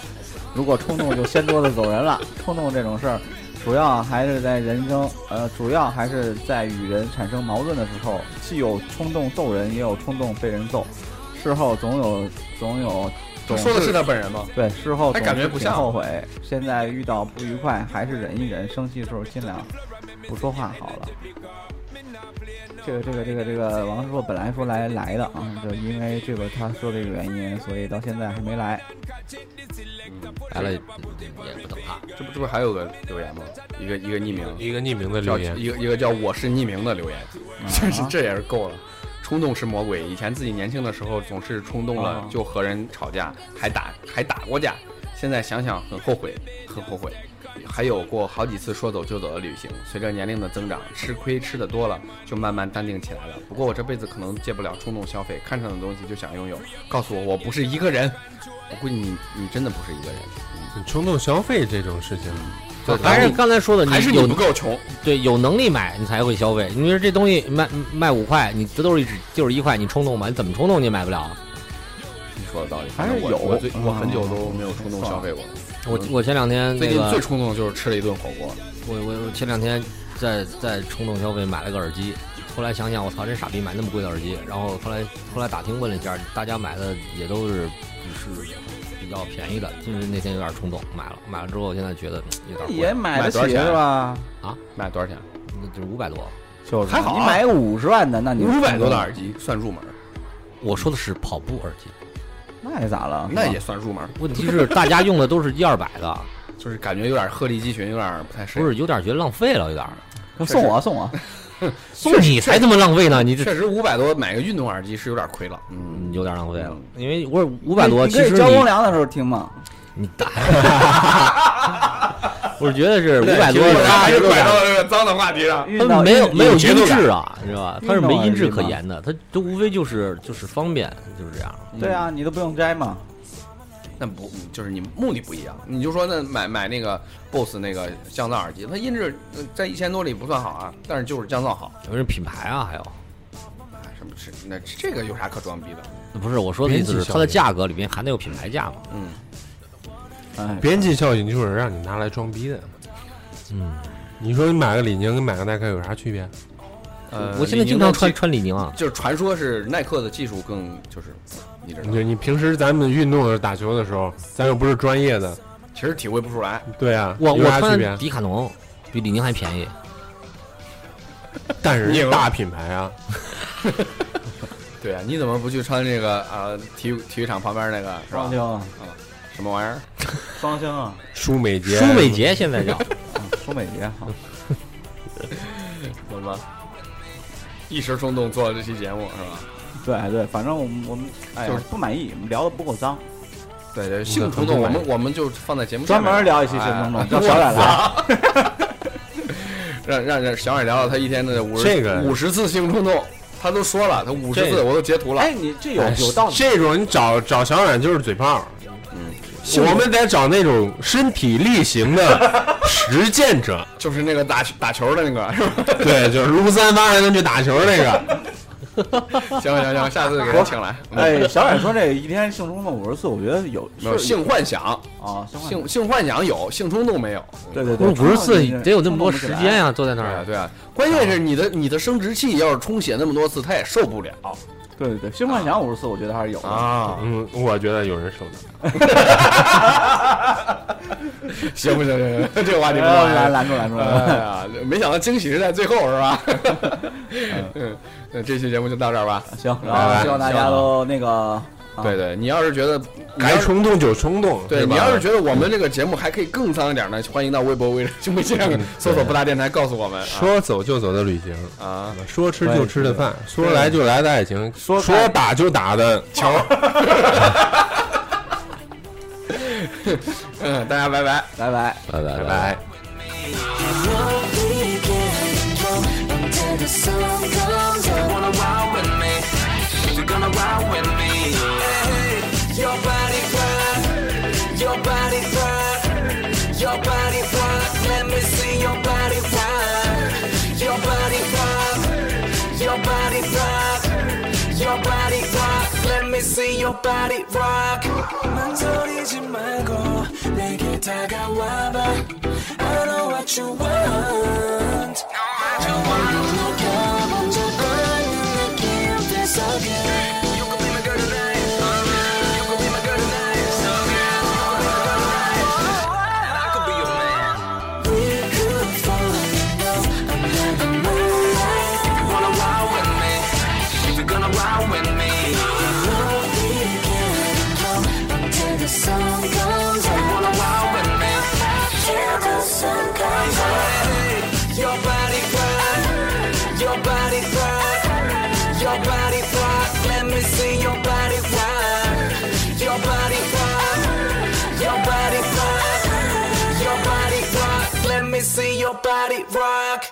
如果冲动就掀桌子走人了，冲动这种事儿，主要还是在人生呃，主要还是在与人产生矛盾的时候，既有冲动揍人，也有冲动被人揍，事后总有总有总说的是他本人吗？对，事后哎总感觉是不挺像后悔。现在遇到不愉快，还是忍一忍，生气的时候尽量不说话好了。这个这个这个这个王师傅本来说来来的啊，就因为这个他说这个原因，所以到现在还没来。啊嗯来哎了也不等他，这不这不还有个留言吗？一个一个匿名一个匿名的叫留言，一个一个叫我是匿名的留言， 真是啊这也是够了。冲动是魔鬼。以前自己年轻的时候总是冲动了啊就和人吵架，还打还打过架。现在想想很后悔，很后悔。还有过好几次说走就走的旅行。随着年龄的增长，吃亏吃的多了，就慢慢淡定起来了。不过我这辈子可能戒不了冲动消费，看上的东西就想拥有。告诉我，我不是一个人。我估计你你真的不是一个人，冲动消费这种事情，对还是刚才说的，还是你有不够穷。对有能力买，你才会消费。你说这东西卖卖五块，你这都是一只就是一块，你冲动买，你怎么冲动你也买不了啊。你说的道理，还反是正我有我最嗯我很久都没有冲动消费过。我我前两天嗯最那近个最冲动的就是吃了一顿火锅，我我我前两天在在冲动消费买了个耳机，后来想想我操，真傻逼买那么贵的耳机。然后后来后来打听问了一下，大家买的也都是是比较便宜的，就是那天有点冲动买了，买了之后现在觉得嗯有点也贵，买得买多少起钱是吧？卖多少钱？那就是五百多。就是还好啊你买五十万的，那你五百多的耳，机算入门，我说的是跑步耳机，那也咋啊了？那也算入门，问题是大家用的都是一二百 的，就是感觉有点鹤立鸡群，有点不太适不应。是有点觉得浪费了，有点儿送我送我，送你才这么浪费呢，你这确实五百多买个运动耳机是有点亏了，嗯，嗯有点浪费了，因为我五百多你其可以实交公你粮的时候听嘛。你大，我觉得是五百多对有点还儿是有点拐儿到了这个脏的话题上。运它动没有运没有节音奏质啊，是吧？它是运动没而音质已可嘛言的，它都无非就是就是方便，就是这样。对啊，你都不用摘嘛。那不嗯就是你目的不一样，你就说那买买那个 BOSS 那个降噪耳机，它音质呃在一千多里不算好啊，但是就是降噪好。有人品牌啊，还有哎什么是那这个有啥可装逼的？不是我说的意思编辑是效它的率价格里面含的有品牌价嘛？嗯， 哎，边际效应就是让你拿来装逼的。嗯，你说你买个李宁跟买个耐克有啥区别？呃，我现李在宁经的常穿技，穿李宁啊，就是传说是耐克的技术更就是，你知道吗，你你平时咱们运动的时候打球的时候，咱又不是专业的，其实体会不出来。对啊，我有我啥区别穿？迪卡侬比李宁还便宜，但是是大品牌啊，对啊，你怎么不去穿这个呃体育体育场旁边那个是吧双？星，啊什么玩意儿？双星啊，舒美洁，舒美洁现在叫舒美洁好。懂吗？一时冲动做了这期节目是吧？对对，反正我们我们哎呀就是不满意，我们聊的不够脏，对对，性冲动，我很们我们就放在节目哎专门聊一期性性哎冲动，叫小冉来。 让让让小冉聊聊他一天的五十这个五十次性冲动，他都说了，他五十这次个我都截图了。哎，你这有哎有道理，这种你找找小冉就是嘴炮，嗯，我们得找那种身体力行的实践者，就是那个打打球的那个，是吧？对，就是撸三发还能去打球那个，行行行，下次给他请来。嗯，哎，小冉说这一天性冲动五十次，我觉得有没有是性幻想，啊，性性性幻想有，性冲动没有。对对不对，是五十次得有那么多时间呀。呀，坐在那对啊儿。对啊，关键是你的你的生殖器要是充血那么多次，他也受不了对对对，性幻想五十次，我觉得还是有的。啊。嗯，我觉得有人受得了， 行不行？行行，这个话题不能来玩。拦住拦住拦哎住！呀，没想到惊喜是在最后，是吧？ 嗯，那这期节目就到这儿吧。 行，拜然后拜希望大家都那个对对，你要是觉得你要该是冲动就冲动，对是吧你要是觉得我们这个节目还可以更脏一点呢，欢迎到微博、微信、微信上搜索“不搭电台”，告诉我们啊说走就走的旅行，啊。说吃就吃的饭，说来就来的爱情，说说看打就打的球，嗯，大家拜拜。拜拜。啊拜拜拜拜。 Until the sun comes up. You wanna ride with me? You gonna ride with me? Hey, your body your body rock 망설이지 말고 내게 다가와봐 I know what you want 느껴본 적 없는 느낌들 속에 You can be my girl tonight You can be my girl tonight So girl, you can be my girl tonight I could be your man Your body rock, your body rock, your body rock. Let me see your body rock.